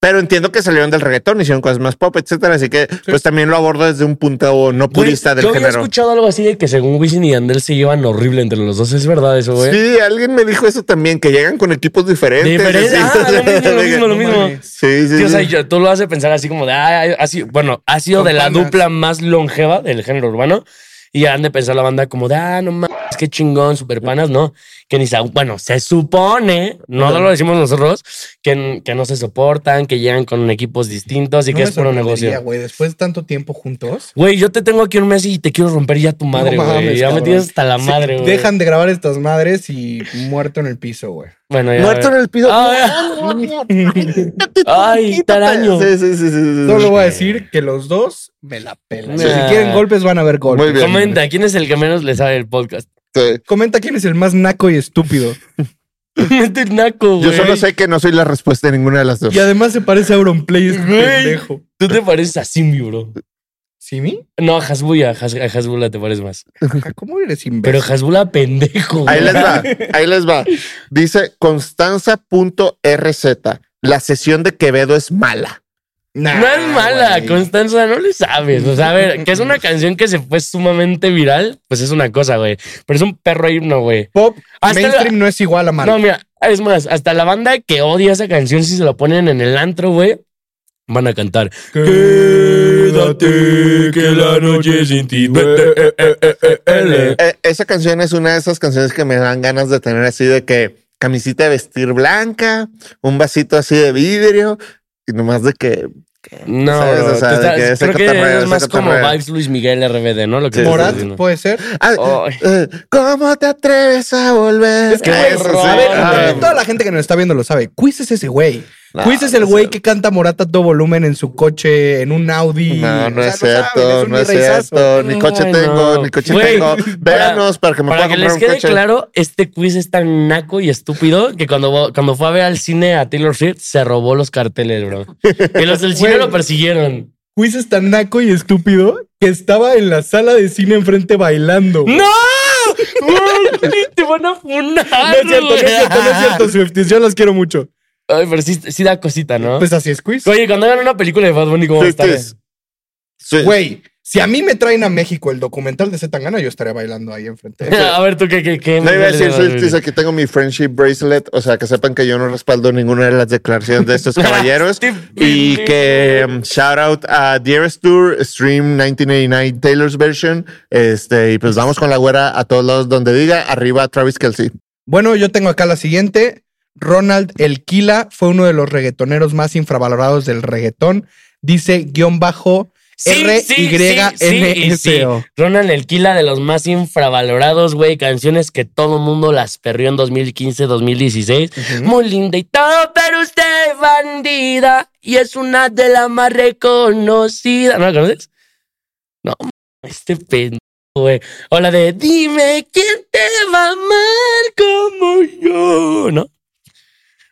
Speaker 3: Pero entiendo que salieron del reggaetón, hicieron cosas más pop, etcétera. Así que, pues también lo abordo desde un punto no
Speaker 2: Güey,
Speaker 3: purista del
Speaker 2: yo había
Speaker 3: género.
Speaker 2: escuchado algo así de que según Wisin y Yandel se llevan horrible entre los dos. ¿Es verdad eso, güey?
Speaker 3: Sí, alguien me dijo eso también, que llegan con equipos diferentes.
Speaker 2: Diferente.
Speaker 3: así.
Speaker 2: Ah, lo mismo, lo mismo, lo
Speaker 1: No
Speaker 2: mismo.
Speaker 1: mames.
Speaker 3: Sí, sí,
Speaker 2: Sí, o sea,
Speaker 3: sí.
Speaker 2: yo- tú lo haces pensar así como de, ah, ha sido- bueno, ha sido
Speaker 1: Son
Speaker 2: de la
Speaker 1: panas.
Speaker 2: dupla más longeva del género urbano y han de pensar la banda como de, ah, no mames, qué chingón, super panas, ¿no? Que ni se, bueno, se supone, no lo decimos nosotros, que, que no se soportan, que llegan con equipos distintos y
Speaker 1: No
Speaker 2: que
Speaker 1: me
Speaker 2: es puro
Speaker 1: sorprendería,
Speaker 2: negocio.
Speaker 1: güey, después de tanto tiempo juntos.
Speaker 2: Güey, yo te tengo aquí un mes y te quiero romper ya tu madre, güey.
Speaker 1: mames,
Speaker 2: ya me
Speaker 1: cabrón.
Speaker 2: tienes hasta la
Speaker 1: Sí,
Speaker 2: madre, güey.
Speaker 1: Dejan de grabar estas madres y muerto en el piso, güey.
Speaker 2: Bueno, ya.
Speaker 3: Muerto en el piso.
Speaker 2: Ah, Ay, taraño.
Speaker 3: Sí, sí, sí, sí, sí.
Speaker 1: Solo voy a decir que los dos me la pelan.
Speaker 2: Nah.
Speaker 1: Si quieren golpes, van a ver golpes.
Speaker 3: Muy bien.
Speaker 2: Comenta, ¿quién es el que menos le sabe el podcast? <laughs>
Speaker 3: Sí.
Speaker 1: Comenta quién es el más naco y estúpido.
Speaker 2: este naco, güey.
Speaker 3: Yo solo sé que no soy la respuesta de ninguna de las dos.
Speaker 1: Y además se parece a Auronplay, este
Speaker 2: Güey.
Speaker 1: pendejo.
Speaker 2: Tú te pareces a Simbi, bro.
Speaker 1: ¿Simi?
Speaker 2: No, a Hasbulla, Has- a Hasbulla te pareces más.
Speaker 1: Ajá, ¿Cómo eres
Speaker 2: Pero
Speaker 1: imbécil?
Speaker 2: Hasbulla pendejo. güey.
Speaker 3: Ahí les va, ahí les va. Dice constanza.rz. La sesión de Quevedo es mala.
Speaker 1: Nah,
Speaker 2: No es mala,
Speaker 1: güey.
Speaker 2: Constanza, no le sabes. O sea, a ver, que es una canción que se fue sumamente viral, pues es una cosa, güey. Pero es un perro himno, güey.
Speaker 1: Pop
Speaker 2: Hasta
Speaker 1: mainstream no es igual a malo.
Speaker 2: No, mira, es más, hasta la banda que odia esa canción, si se la ponen en el antro, güey, van a cantar. Quédate, que la noche sin ti. eh,
Speaker 3: Eh, esa canción es una de esas canciones que me dan ganas de tener así de que camisita de vestir blanca, un vasito así de vidrio y nomás de que
Speaker 2: No,
Speaker 3: ¿Sabes?
Speaker 2: bro,
Speaker 3: O sea,
Speaker 2: tú
Speaker 3: de
Speaker 2: estás-
Speaker 3: que ese
Speaker 2: creo que
Speaker 3: cotorreo,
Speaker 2: es
Speaker 3: ese
Speaker 2: más como
Speaker 3: cotorreo.
Speaker 2: Vibes Luis Miguel RBD, ¿no? Lo que
Speaker 3: Sí,
Speaker 2: estás
Speaker 1: Morat
Speaker 2: diciendo.
Speaker 1: puede ser.
Speaker 3: Ah,
Speaker 2: Ay.
Speaker 3: eh, ¿Cómo te atreves a volver?
Speaker 1: Es que,
Speaker 3: Ah,
Speaker 1: güey,
Speaker 3: eso
Speaker 2: horror,
Speaker 1: a
Speaker 3: sí.
Speaker 1: ver,
Speaker 3: Ah,
Speaker 1: toda la gente que nos está viendo lo sabe. Quiz es ese güey.
Speaker 3: No,
Speaker 1: Quiz es el
Speaker 3: no es
Speaker 1: güey que canta Morata a todo volumen en su coche, en un Audi.
Speaker 3: No, no
Speaker 1: O sea,
Speaker 3: es
Speaker 1: saben,
Speaker 3: cierto,
Speaker 1: un
Speaker 3: no es
Speaker 1: virreisazo.
Speaker 3: cierto. Ni coche
Speaker 2: Ay,
Speaker 3: tengo,
Speaker 2: no.
Speaker 3: ni coche
Speaker 2: Güey,
Speaker 3: tengo.
Speaker 2: para-
Speaker 3: Véanos para que me
Speaker 2: Para
Speaker 3: pueda
Speaker 2: que
Speaker 3: comprar
Speaker 2: les
Speaker 3: un
Speaker 2: quede
Speaker 3: coche.
Speaker 2: claro, este quiz es tan naco y estúpido que cuando, cuando fue a ver al cine a Taylor Swift se robó los carteles, bro. Que los del cine
Speaker 1: Güey.
Speaker 2: lo persiguieron.
Speaker 1: Quiz es tan naco y estúpido que estaba en la sala de cine enfrente bailando. güey.
Speaker 2: ¡No! Güey, <laughs> ¡Te van a funar!
Speaker 1: No es cierto, no es cierto, no es
Speaker 3: <laughs>
Speaker 1: cierto, Swifties. Yo los quiero mucho.
Speaker 2: Ay, pero sí, sí da cosita, ¿no?
Speaker 1: Pues así es, Quiz.
Speaker 2: Oye, cuando hagan una película de Bad Bunny, ¿cómo va a estar?
Speaker 3: Swifties. Swi-
Speaker 1: Güey, si a mí me traen a México el documental de Zetangana, yo estaría bailando ahí enfrente.
Speaker 2: <laughs>
Speaker 3: <laughs>
Speaker 2: A ver, tú qué, qué, qué.
Speaker 3: No iba a
Speaker 2: <laughs>
Speaker 3: decir Swifties, aquí tengo mi friendship bracelet, o sea que sepan que yo no respaldo ninguna de las declaraciones de
Speaker 2: <laughs>
Speaker 3: estos caballeros
Speaker 2: Este
Speaker 3: y
Speaker 2: pendejo.
Speaker 3: que um, shout out a Dearest Tour, Stream 1989 Taylor's Version, este y pues vamos con la güera a todos lados donde diga, arriba Travis Kelsey.
Speaker 1: Bueno, yo tengo acá la siguiente. Ronald El Kila fue uno de los reggaetoneros más infravalorados del reggaetón. Dice guión bajo
Speaker 2: Sí, sí, sí, sí, sí.
Speaker 1: R-Y-N-S-O.
Speaker 2: Ronald El Kila de los más infravalorados, güey. Canciones que todo mundo las perrió en 2015, 2016. Muy linda y todo, pero usted es bandida. Y es una de las más reconocidas. ¿No la conoces? No, m- este pendejo, güey. O la de Dime quién te va a amar como yo, ¿no?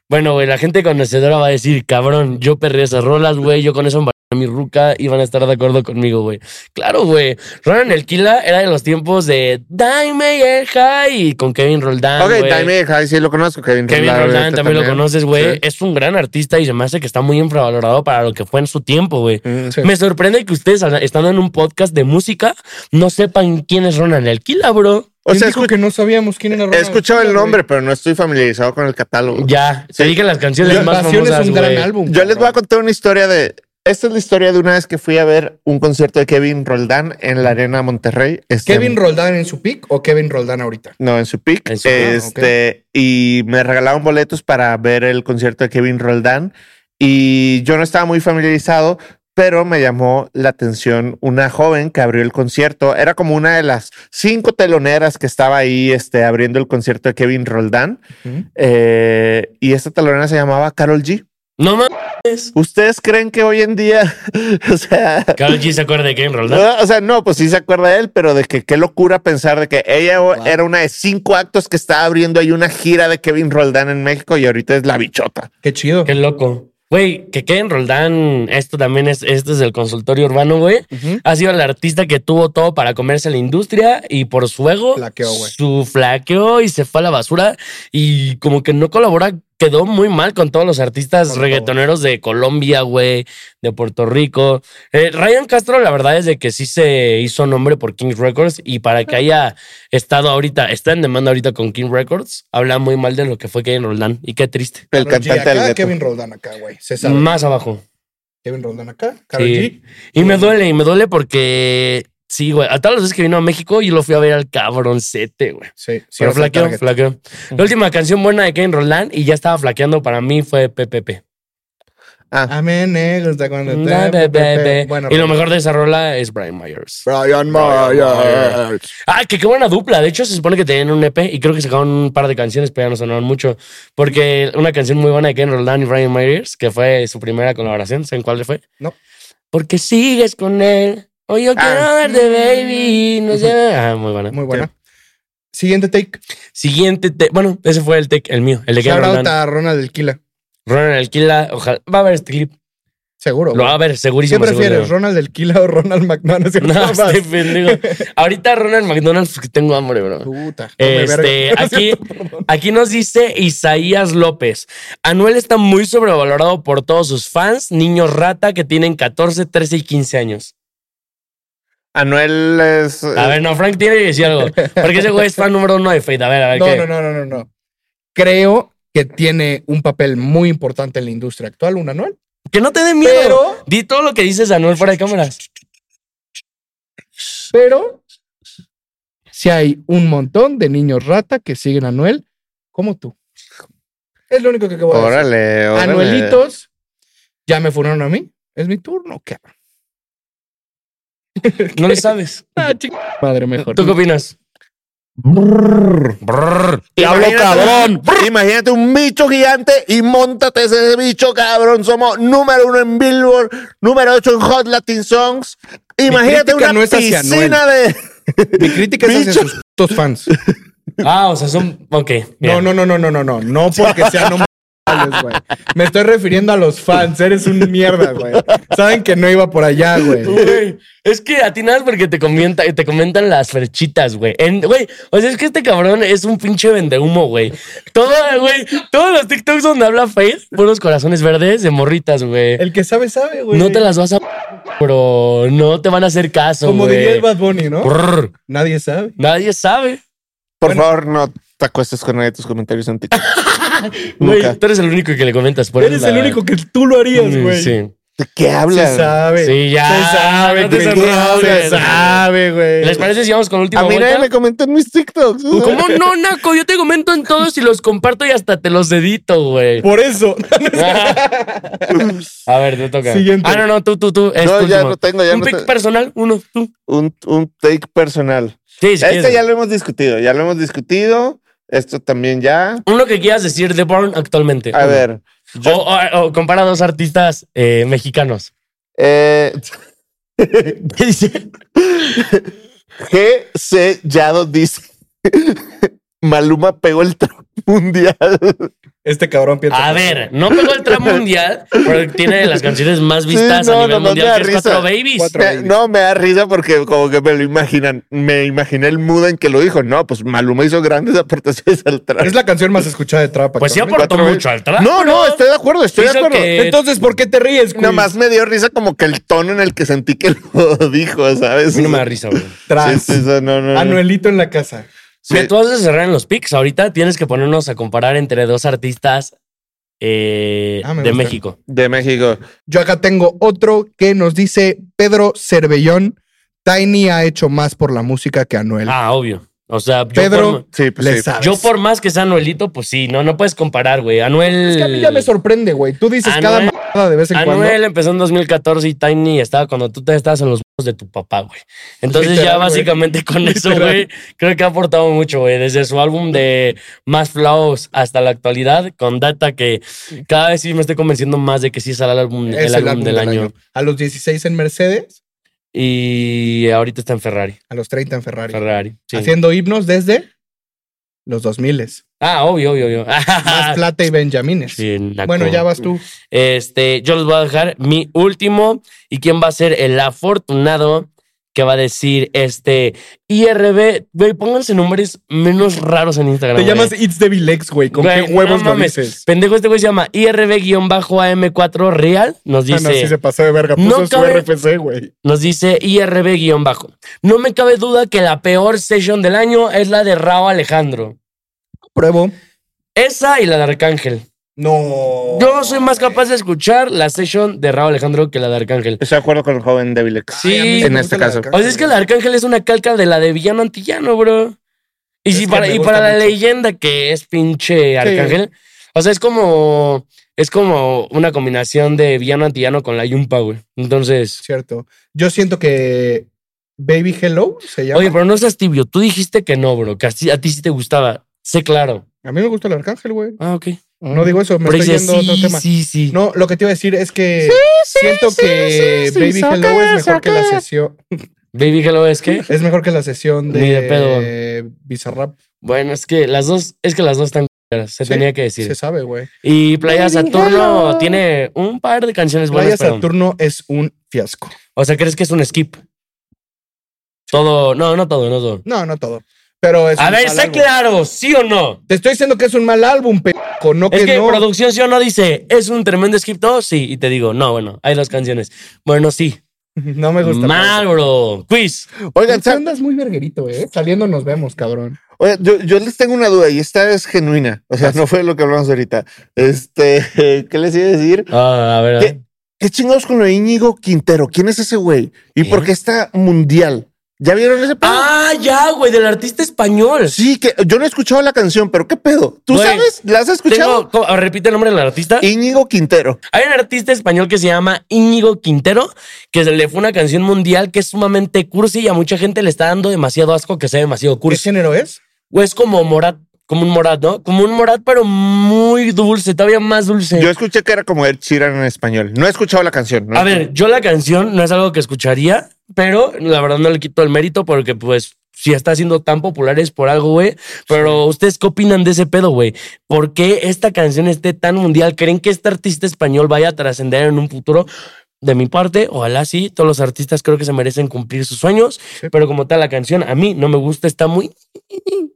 Speaker 2: Bueno, güey, la gente conocedora va a decir, cabrón, yo perré esas rolas, güey, yo con eso embarré a mi ruca y van a estar de acuerdo conmigo, güey. Claro, güey. Ronan El Kila era de los tiempos de Dime el High con Kevin Roldán.
Speaker 3: ok,
Speaker 2: Ah, güey.
Speaker 3: Dime, hi, sí lo conozco, Kevin,
Speaker 2: Kevin
Speaker 3: Roldán,
Speaker 2: Roldán
Speaker 3: ahorita
Speaker 2: también lo conoces, güey.
Speaker 3: Sí.
Speaker 2: Es un gran artista y se me hace que está muy infravalorado para lo que fue en su tiempo, güey.
Speaker 3: Mm,
Speaker 1: Sí.
Speaker 2: Me sorprende que ustedes, al- estando en un podcast de música, no sepan quién es Ronan El Kila, bro.
Speaker 3: O sea,
Speaker 1: dijo
Speaker 3: escu-
Speaker 1: que no sabíamos quién era
Speaker 3: he
Speaker 1: Ronald
Speaker 3: escuchado
Speaker 1: El Kila,
Speaker 3: el nombre, pero no estoy familiarizado con el catálogo.
Speaker 2: Ya, se
Speaker 3: Sí.
Speaker 2: dije las canciones
Speaker 1: güey.
Speaker 2: más
Speaker 1: Pasión
Speaker 2: famosas,
Speaker 1: es un gran
Speaker 2: güey.
Speaker 1: álbum.
Speaker 3: Yo les voy a
Speaker 1: cabrón.
Speaker 3: contar una historia de. Esta es la historia de una vez que fui a ver un concierto de Kevin Roldán en la Arena Monterrey. Este,
Speaker 1: ¿Kevin Roldán en su pick o Kevin Roldán ahorita?
Speaker 3: No, en su pick.
Speaker 2: En su- ah,
Speaker 3: este, Y me regalaron boletos para ver el concierto de Kevin Roldán. Y yo no estaba muy familiarizado, pero me llamó la atención una joven que abrió el concierto. Era como una de las cinco teloneras que estaba ahí este, abriendo el concierto de Kevin Roldán.
Speaker 1: Ujú.
Speaker 3: Eh, y esta telonera se llamaba Carol G.
Speaker 2: No mames.
Speaker 3: ¿Ustedes creen que hoy en día, <laughs> o sea,
Speaker 2: Carol G se acuerda de Kevin
Speaker 1: Ah.
Speaker 2: Roldán.
Speaker 3: o sea, no, pues sí se acuerda de él, pero de que qué locura pensar de que ella o-
Speaker 2: Wow.
Speaker 3: era una de cinco actos que estaba abriendo ahí una gira de Kevin Roldán en México y ahorita es la bichota.
Speaker 1: Qué chido.
Speaker 2: Qué loco. Güey, que Kevin Roldán, esto también es, esto es el consultorio urbano, güey. Ha sido el artista que tuvo todo para comerse la industria y por su ego
Speaker 1: Flaqueó, güey.
Speaker 2: su flaqueó y se fue a la basura y como que no colabora, quedó muy mal con todos los artistas
Speaker 1: Por favor.
Speaker 2: reggaetoneros de Colombia, güey, de Puerto Rico. Eh, Ryan Castro, la verdad es de que sí se hizo nombre por King Records y
Speaker 1: <laughs>
Speaker 2: para que haya estado ahorita, está en demanda ahorita con King Records, habla muy mal de lo que fue Kevin Roldán y qué triste.
Speaker 3: El
Speaker 1: Karol G
Speaker 3: cantante
Speaker 1: acá,
Speaker 3: del gueto.
Speaker 1: Kevin Roldán acá, güey. Se sabe.
Speaker 2: Más abajo.
Speaker 1: Kevin Roldán acá. Karol
Speaker 2: Sí.
Speaker 1: G.
Speaker 2: Y me duele, y me duele porque sí, güey. A todas las veces que vino a México, yo lo fui a ver al cabroncete, güey.
Speaker 1: Sí, sí, era
Speaker 2: Pero
Speaker 1: el
Speaker 2: flaqueó,
Speaker 1: target.
Speaker 2: flaqueó. La última canción buena de Kevin Roland y ya estaba flaqueando para mí fue PPP.
Speaker 3: Ah,
Speaker 1: Amén, eh, gusta cuando te-
Speaker 2: Na, be, be, be.
Speaker 1: Bueno,
Speaker 2: Y lo mejor de esa rola es Brian Myers.
Speaker 3: Brian Myers.
Speaker 2: Ah, que qué buena dupla. De hecho, se supone que tenían un EP y creo que sacaron un par de canciones, pero ya no sonaron mucho. Porque una canción muy buena de Kevin Roland y Brian Myers, que fue su primera colaboración, ¿saben cuál le fue?
Speaker 1: No.
Speaker 2: Porque sigues con él. O yo quiero
Speaker 3: Ah.
Speaker 2: verte, baby. No sé. Ah, muy buena.
Speaker 1: Muy buena. Siguiente take.
Speaker 2: Siguiente, te- bueno, ese fue el tech, el mío, el de Kevin
Speaker 1: Shout out
Speaker 2: Roldán.
Speaker 1: a Ronald del Kila.
Speaker 2: Ronald Alquila, ojalá. Va a ver este clip.
Speaker 1: Seguro.
Speaker 2: Lo va a ver,
Speaker 1: ¿Qué
Speaker 2: segurísimo.
Speaker 1: prefieres,
Speaker 2: seguro.
Speaker 1: Ronald del Kila o Ronald McDonald? <laughs>
Speaker 2: <laughs> No, este pendejo. Ahorita Ronald McDonald's, que tengo hambre, bro.
Speaker 1: Puta. come
Speaker 2: Este,
Speaker 1: verga. <laughs>
Speaker 2: aquí, aquí nos dice Isaías López. Anuel está muy sobrevalorado por todos sus fans, niños rata que tienen 14, 13 y 15 años.
Speaker 3: Anuel es.
Speaker 2: A ver, no, Frank tiene que decir algo. Porque ese güey es fan número uno de Fate. A ver, a ver.
Speaker 1: No,
Speaker 2: ¿qué?
Speaker 1: no, no, no, no, no. Creo que tiene un papel muy importante en la industria actual, un anual.
Speaker 2: Que no te dé miedo.
Speaker 1: Pero,
Speaker 2: Di todo lo que dices de Anuel fuera de cámaras.
Speaker 1: pero, si hay un montón de niños rata que siguen a Anuel, como tú. Es lo único que acabo de decir.
Speaker 3: Órale, órale.
Speaker 1: Anuelitos, ya me funaron a mí. Es mi turno, cabrón. <laughs>
Speaker 2: No le sabes.
Speaker 1: Ah, ching- madre mejor.
Speaker 2: ¿Tú qué opinas? Brrr. Te hablo
Speaker 3: Imagínate un-
Speaker 2: cabrón.
Speaker 3: Imagínate un bicho gigante y montate ese bicho cabrón. Somos número uno en Billboard, número ocho en Hot Latin Songs. Imagínate
Speaker 1: crítica
Speaker 3: una
Speaker 1: no es hacia
Speaker 3: piscina de.
Speaker 1: Mi crítica es hacia
Speaker 3: Bicho.
Speaker 1: sus putos fans.
Speaker 2: Ah, o sea, son. Ok.
Speaker 1: No, no, no, no, no, no, no. No porque sean hombres, güey. Me estoy refiriendo a los fans. Eres un mierda, güey. Saben que no iba por allá, güey.
Speaker 2: Güey, <laughs> es que a ti nada es porque te, comenta, te comentan las ferchitas, güey. En- Güey, o sea, es que este cabrón es un pinche vendehumo, güey. Todo, güey, todos los TikToks donde habla Faith, puros corazones verdes de morritas, güey.
Speaker 1: El que sabe, sabe, güey.
Speaker 2: No te las vas a... Pero no te van a hacer caso,
Speaker 1: Como
Speaker 2: güey.
Speaker 1: diría el Bad Bunny, ¿no?
Speaker 2: Brrr.
Speaker 1: Nadie sabe.
Speaker 2: Nadie sabe.
Speaker 3: Por favor, no te acuestes con nadie de tus comentarios
Speaker 2: <laughs>
Speaker 3: en TikTok. Nunca.
Speaker 2: Güey, tú eres el único que le comentas. por
Speaker 1: Eres
Speaker 2: eso
Speaker 1: el
Speaker 2: la-
Speaker 1: único que tú lo harías,
Speaker 2: Mm,
Speaker 1: güey.
Speaker 2: Sí.
Speaker 3: ¿De qué
Speaker 1: Se
Speaker 3: hablas?
Speaker 1: sabe.
Speaker 2: Sí, ya.
Speaker 1: Se sabe,
Speaker 2: No te
Speaker 1: güey.
Speaker 2: sonrojes.
Speaker 1: Se sabe, güey.
Speaker 2: ¿Les parece si vamos con la última
Speaker 3: A mí nadie
Speaker 2: vuelta?
Speaker 3: me comenta en mis
Speaker 1: <laughs>
Speaker 2: <laughs>
Speaker 3: TikToks.
Speaker 2: ¿Cómo no, Naco? Yo te comento en todos y los comparto y hasta te los edito, güey.
Speaker 1: Por eso. <laughs> Pues,
Speaker 2: <laughs> A ver, te toca.
Speaker 1: Siguiente.
Speaker 2: Ah, no, no, tú, tú, tú. Es
Speaker 3: No,
Speaker 2: tu
Speaker 3: ya
Speaker 2: último.
Speaker 3: no tengo, ya
Speaker 2: Un
Speaker 3: no
Speaker 2: pick
Speaker 3: te-
Speaker 2: personal, uno, tú.
Speaker 3: Un, un take personal.
Speaker 2: Sí, si
Speaker 3: Este
Speaker 2: quieres.
Speaker 3: ya lo hemos discutido, ya lo hemos discutido. Esto también ya.
Speaker 2: Uno que quieras decir de Born actualmente.
Speaker 3: A
Speaker 2: Uno.
Speaker 3: ver,
Speaker 2: O, o- o compara dos artistas eh, mexicanos. <laughs>
Speaker 3: eh,
Speaker 2: ¿Qué dice?
Speaker 3: GC Yado dice: <laughs> Maluma pegó el trap mundial.
Speaker 1: Este cabrón piensa.
Speaker 3: <laughs>
Speaker 2: A ver, no pegó el trap mundial, pero tiene las canciones más vistas
Speaker 3: no,
Speaker 2: a nivel
Speaker 3: nomás me da
Speaker 2: mundial, que es
Speaker 3: risa.
Speaker 2: Cuatro Babies.
Speaker 1: Cuatro-
Speaker 3: Me- no, me da risa porque como que me lo imaginan. Me imaginé el mood en que lo dijo. No, pues Maluma hizo grandes <laughs> aportaciones al trap.
Speaker 1: Es la canción más escuchada de Trapa.
Speaker 2: Pues sí aportó
Speaker 3: Cuatro
Speaker 2: mucho al trap.
Speaker 3: No, no, este
Speaker 2: pero-
Speaker 3: estoy de acuerdo, estoy de
Speaker 2: Hizo
Speaker 3: acuerdo.
Speaker 2: que-
Speaker 1: Entonces, ¿por qué te ríes,
Speaker 3: Nada
Speaker 1: güey?
Speaker 3: más me dio risa como que el tono en el que sentí que lo <laughs> dijo, ¿sabes?
Speaker 2: A mí no me da risa, güey.
Speaker 3: Sí,
Speaker 1: Tras.
Speaker 3: sí, sí, no, no, no.
Speaker 1: Anuelito en la casa.
Speaker 3: Sí.
Speaker 2: Mira, tú vas a cerrar en los picks. Ahorita tienes que ponernos a comparar entre dos artistas eh,
Speaker 1: Ah, me
Speaker 2: de
Speaker 1: gusta.
Speaker 2: México.
Speaker 3: De México.
Speaker 1: Yo acá tengo otro que nos dice Pedro Cervellón. Tiny ha hecho más por la música que Anuel.
Speaker 2: Ah, obvio. O sea, yo
Speaker 1: Pedro
Speaker 2: por,
Speaker 3: Sí, pues
Speaker 1: le
Speaker 3: sí.
Speaker 1: sabe.
Speaker 2: yo por más que sea Anuelito, pues sí, no, no puedes comparar, güey. Anuel.
Speaker 1: Es que a mí ya me sorprende, güey. Tú dices cada
Speaker 2: Anuel-
Speaker 1: mamada de vez en cuando.
Speaker 2: Anuel empezó en 2014 y Tiny estaba cuando tú te estabas en los huevos de tu papá, güey. Entonces
Speaker 1: Literal,
Speaker 2: ya
Speaker 1: güey. <laughs>
Speaker 2: básicamente con eso,
Speaker 1: Literal.
Speaker 2: güey, creo que ha aportado mucho, güey. Desde su álbum de Más Flaws hasta la actualidad, con data que cada vez sí me estoy convenciendo más de que sí será el álbum, el álbum del, año.
Speaker 1: A los 16 en Mercedes,
Speaker 2: Y ahorita está en Ferrari.
Speaker 1: a los 30 en Ferrari.
Speaker 2: Ferrari. sí.
Speaker 1: Haciendo himnos desde los 2000.
Speaker 2: Ah, obvio, obvio, obvio. <laughs>
Speaker 1: Más Plata y Benjamines.
Speaker 2: Sí, naco.
Speaker 1: bueno, ya vas tú.
Speaker 2: Este, yo les voy a dejar mi último y quién va a ser el afortunado que va a decir este IRB. Güey, pónganse nombres menos raros en Instagram.
Speaker 1: Te
Speaker 2: güey.
Speaker 1: llamas It's Devil X, güey. ¿Con
Speaker 2: Güey,
Speaker 1: qué huevos
Speaker 2: no
Speaker 1: lo
Speaker 2: mames.
Speaker 1: dices?
Speaker 2: Pendejo, este güey se llama IRB-AM4 Real. Nos
Speaker 1: Ah, no, sí
Speaker 2: dice,
Speaker 1: se pasó de verga. Puso
Speaker 2: No
Speaker 1: su
Speaker 2: cabe-
Speaker 1: RFC, güey.
Speaker 2: nos dice IRB-bajo. No me cabe duda que la peor session del año es la de Rao Alejandro.
Speaker 1: Pruebo.
Speaker 2: Esa y la de Arcángel.
Speaker 1: No.
Speaker 2: Yo soy más capaz de escuchar la session de Rao Alejandro que la de Arcángel.
Speaker 3: Estoy de acuerdo con el joven Devil X.
Speaker 2: Sí.
Speaker 3: En este caso.
Speaker 2: O sea, es que el arcángel es una calca de la de villano antillano, bro. Y,
Speaker 1: Es
Speaker 2: si
Speaker 1: que
Speaker 2: para,
Speaker 1: me
Speaker 2: y
Speaker 1: gusta
Speaker 2: para la
Speaker 1: mucho.
Speaker 2: leyenda que es pinche arcángel, o sea, es como, es como una combinación de villano antillano con la yumpa, güey. Entonces,
Speaker 1: Cierto. Yo siento que Baby Hello se llama.
Speaker 2: oye, pero no seas tibio. Tú dijiste que no, bro, que a ti, a ti sí te gustaba. Sé claro.
Speaker 1: A mí me gusta el arcángel, güey.
Speaker 2: Ah, ok.
Speaker 1: No digo eso, me
Speaker 2: pero
Speaker 1: estoy
Speaker 2: dices,
Speaker 1: yendo a otro
Speaker 2: sí,
Speaker 1: tema.
Speaker 2: sí, sí.
Speaker 1: No, lo que te iba a decir es que siento
Speaker 3: sí,
Speaker 1: que
Speaker 3: sí, sí,
Speaker 1: Baby
Speaker 3: saca,
Speaker 1: Hello es mejor
Speaker 3: saca.
Speaker 1: que la sesión.
Speaker 2: Baby, ¿qué lo es que?
Speaker 1: Es mejor que la sesión de,
Speaker 2: Ni de pedo.
Speaker 1: Bizarrap.
Speaker 2: Bueno, es que las dos, es que las dos están culeras, se
Speaker 1: Sí,
Speaker 2: tenía que decir.
Speaker 1: Se sabe, güey.
Speaker 2: Y Playa
Speaker 3: Baby,
Speaker 2: Saturno
Speaker 3: hello.
Speaker 2: tiene un par de canciones
Speaker 1: Playa
Speaker 2: buenas, pero-
Speaker 1: Saturno es un fiasco.
Speaker 2: O sea, ¿crees que es un skip? Todo, no, no todo, no todo.
Speaker 1: No, no todo. Pero es
Speaker 2: A
Speaker 1: un
Speaker 2: ver,
Speaker 1: mal
Speaker 2: sé
Speaker 1: álbum.
Speaker 2: claro, ¿sí o no?
Speaker 1: Te estoy diciendo que es un mal álbum, pendejo. No
Speaker 2: Es
Speaker 1: que
Speaker 2: que
Speaker 1: no.
Speaker 2: producción sí o no dice, ¿es un tremendo skip todo? Sí, y te digo, no, bueno, hay dos canciones. Bueno, sí.
Speaker 1: <laughs> No me gusta.
Speaker 2: Mal, bro. Quiz.
Speaker 3: Oigan,
Speaker 1: Tú
Speaker 3: ¿saben?
Speaker 1: andas muy verguerito, eh. Saliendo nos vemos, cabrón.
Speaker 3: Oye, yo, yo les tengo una duda y esta es genuina. O sea, no fue lo que hablamos ahorita. Este, <laughs> ¿qué les iba a decir?
Speaker 2: Ah, a ver. a ver.
Speaker 3: ¿Qué, qué chingados con lo de Íñigo Quintero? ¿Quién es ese güey? ¿Y
Speaker 2: ¿Qué?
Speaker 3: por qué está mundial? ¿Ya vieron ese pedo?
Speaker 2: Ah, ya, güey, del artista español.
Speaker 3: Sí, que yo no he escuchado la canción, pero ¿qué pedo? ¿Tú
Speaker 2: Güey,
Speaker 3: sabes? ¿La has escuchado?
Speaker 2: Tengo, co- ah, repite el nombre del artista.
Speaker 3: Íñigo Quintero.
Speaker 2: Hay un artista español que se llama Íñigo Quintero, que se le fue una canción mundial que es sumamente cursi y a mucha gente le está dando demasiado asco que sea demasiado
Speaker 1: ¿Qué
Speaker 2: cursi.
Speaker 1: género es?
Speaker 2: O es como Morat, como un Morat, ¿no? Como un Morat, pero muy dulce, todavía más dulce.
Speaker 3: Yo escuché que era como Ed Sheeran en español. No he escuchado la canción. ¿no?
Speaker 2: a ver, yo la canción no es algo que escucharía, pero la verdad no le quito el mérito porque pues si está siendo tan popular es por algo, güey. Pero ustedes qué opinan de ese pedo, güey? ¿Por qué esta canción esté tan mundial? ¿Creen que este artista español vaya a trascender en un futuro? De mi parte, ojalá sí, todos los artistas creo que se merecen cumplir sus sueños,
Speaker 1: Sí.
Speaker 2: pero como tal la canción a mí no me gusta, está muy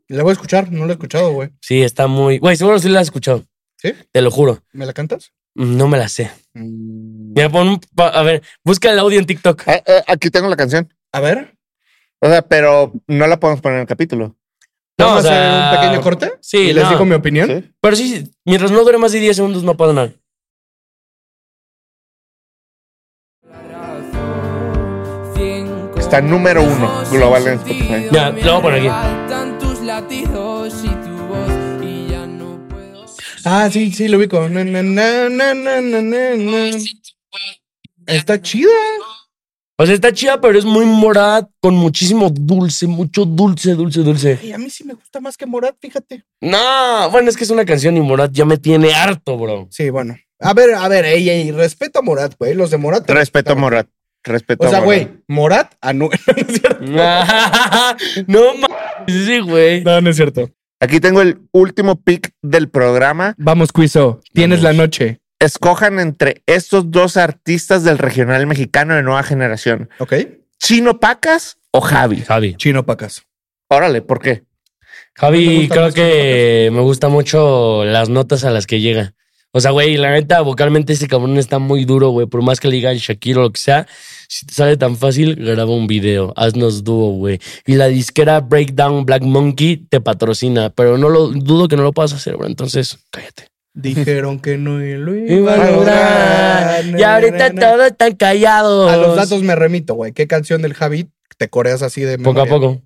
Speaker 1: La voy a escuchar, no la he escuchado, güey.
Speaker 2: Sí, está muy. Güey, seguro sí la has escuchado.
Speaker 1: ¿Sí?
Speaker 2: Te lo juro.
Speaker 1: ¿Me la cantas?
Speaker 2: No me la sé. Mira, pon un pa- A ver, busca el audio en TikTok.
Speaker 3: Ah, ah, aquí tengo la canción.
Speaker 1: A ver.
Speaker 3: O sea, pero no la podemos poner en el capítulo.
Speaker 2: No,
Speaker 1: Vamos
Speaker 2: o
Speaker 1: a
Speaker 2: sea,
Speaker 1: hacer un pequeño corte.
Speaker 2: Sí,
Speaker 1: y les
Speaker 2: no.
Speaker 1: digo mi opinión.
Speaker 3: ¿Sí?
Speaker 2: Pero sí, mientras no dure más de 10 segundos, no pasa nada.
Speaker 3: Está número uno global en Spotify.
Speaker 2: Ya, lo voy a poner aquí.
Speaker 4: Faltan tus latidos y tu voz y ya no puedo.
Speaker 1: Ah, sí, sí, lo ubico. Na, na, na, na, na, na, na, na. Está chida.
Speaker 2: O sea, está chida, pero es muy morada, con muchísimo dulce, mucho dulce, dulce, dulce.
Speaker 1: Ay, a mí sí me gusta más que Morat, fíjate.
Speaker 2: No, bueno, es que es una canción y Morat ya me tiene harto,
Speaker 1: <laughs>
Speaker 2: bro. <laughs>
Speaker 1: Sí, bueno. A ver, a ver, ey, ey, respeto a Morat, güey. Los de Morat.
Speaker 3: Respeto a Morat. Respeto
Speaker 1: O sea,
Speaker 3: a Morat.
Speaker 1: güey, Morat a
Speaker 2: <laughs>
Speaker 1: no, es cierto.
Speaker 2: no mames, sí, güey.
Speaker 1: No, no es cierto.
Speaker 3: Aquí tengo el último pick del programa.
Speaker 1: Vamos, Cuiso. Tienes
Speaker 2: Vamos.
Speaker 1: la noche.
Speaker 3: Escojan entre estos dos artistas del regional mexicano de nueva generación.
Speaker 1: Ok.
Speaker 3: Chino Pacas o Javi.
Speaker 2: Javi.
Speaker 1: Chino Pacas.
Speaker 2: <laughs>
Speaker 3: Órale, ¿por
Speaker 1: ¿No
Speaker 3: qué?
Speaker 1: te
Speaker 2: Javi,
Speaker 1: gusta
Speaker 2: creo
Speaker 1: más
Speaker 2: que me gusta mucho las notas a las que llega. O sea, güey, la neta, vocalmente ese cabrón está muy duro, güey. Por más que le digan Shakira o lo que sea, si te sale tan fácil, graba un video. Haznos dúo, güey. Y la disquera Breakdown Black Monkey te patrocina, pero no lo dudo que no lo puedas hacer, bro. Entonces, cállate.
Speaker 1: Dijeron que no lo
Speaker 2: Iba a lograr. Y ahorita todos están callados.
Speaker 1: A los datos me remito, güey. ¿Qué canción del Javi te coreas así de
Speaker 2: Poco a
Speaker 1: memoria?
Speaker 2: poco.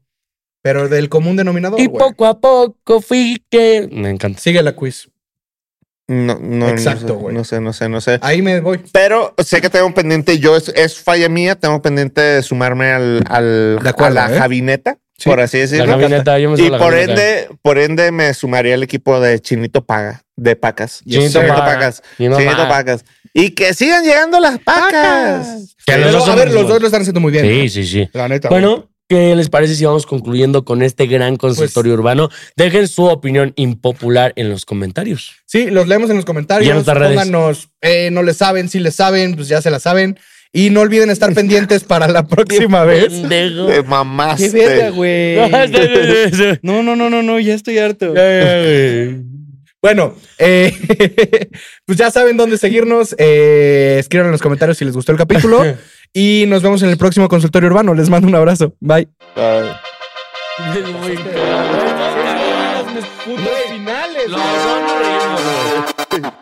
Speaker 1: Pero del común denominador,
Speaker 2: Y
Speaker 1: güey.
Speaker 2: poco a poco fui que... Me encanta.
Speaker 1: Sigue la quiz.
Speaker 3: No, no,
Speaker 1: Exacto, güey. Ah.
Speaker 3: no sé, no sé, no sé, no sé.
Speaker 1: Ahí me voy.
Speaker 3: Pero sé que tengo pendiente, yo es, es falla mía, tengo pendiente de sumarme al, al
Speaker 1: De acuerdo,
Speaker 3: a la
Speaker 1: ¿eh?
Speaker 3: jabineta,
Speaker 1: Sí.
Speaker 3: por así
Speaker 2: La
Speaker 3: decirlo.
Speaker 2: gabineta, yo me sé
Speaker 3: Y
Speaker 2: la
Speaker 3: por
Speaker 2: gabineta.
Speaker 3: ende, por ende me sumaría al equipo de Chinito Paga, de Pacas.
Speaker 1: Yes,
Speaker 2: Chinito
Speaker 1: sir.
Speaker 2: Paga.
Speaker 3: Pacas.
Speaker 2: Y no
Speaker 3: Chinito
Speaker 2: más.
Speaker 3: Pacas. Y que sigan llegando las pacas.
Speaker 2: Que los
Speaker 1: Pero,
Speaker 2: dos
Speaker 1: a
Speaker 2: son
Speaker 1: ver,
Speaker 2: los
Speaker 1: los
Speaker 2: dos.
Speaker 1: dos lo están haciendo muy bien.
Speaker 2: Sí, sí, sí.
Speaker 1: La neta. güey.
Speaker 2: Bueno, ¿qué les parece si vamos concluyendo con este gran consultorio urbano? Dejen su opinión impopular en los comentarios.
Speaker 1: Sí, los leemos en los comentarios.
Speaker 2: Y en nuestras redes.
Speaker 1: Pónganos, eh, no le saben, si le saben, pues ya se la saben. Y no olviden
Speaker 2: <laughs>
Speaker 1: estar pendientes para la próxima vez.
Speaker 2: Pendejo.
Speaker 3: <laughs>
Speaker 2: <laughs>
Speaker 3: Te
Speaker 1: <laughs>
Speaker 3: mamaste.
Speaker 1: güey.
Speaker 2: este-
Speaker 1: No, no, no, no, no, ya estoy harto. Bueno, eh, <laughs> pues ya saben dónde seguirnos. Eh, escriban en los comentarios si les gustó el capítulo.
Speaker 2: <laughs>
Speaker 1: Y nos vemos en el próximo consultorio urbano. Les mando un abrazo. Bye.
Speaker 3: Ay.
Speaker 2: Es muy caro.
Speaker 1: finales.
Speaker 2: Lo son, güey.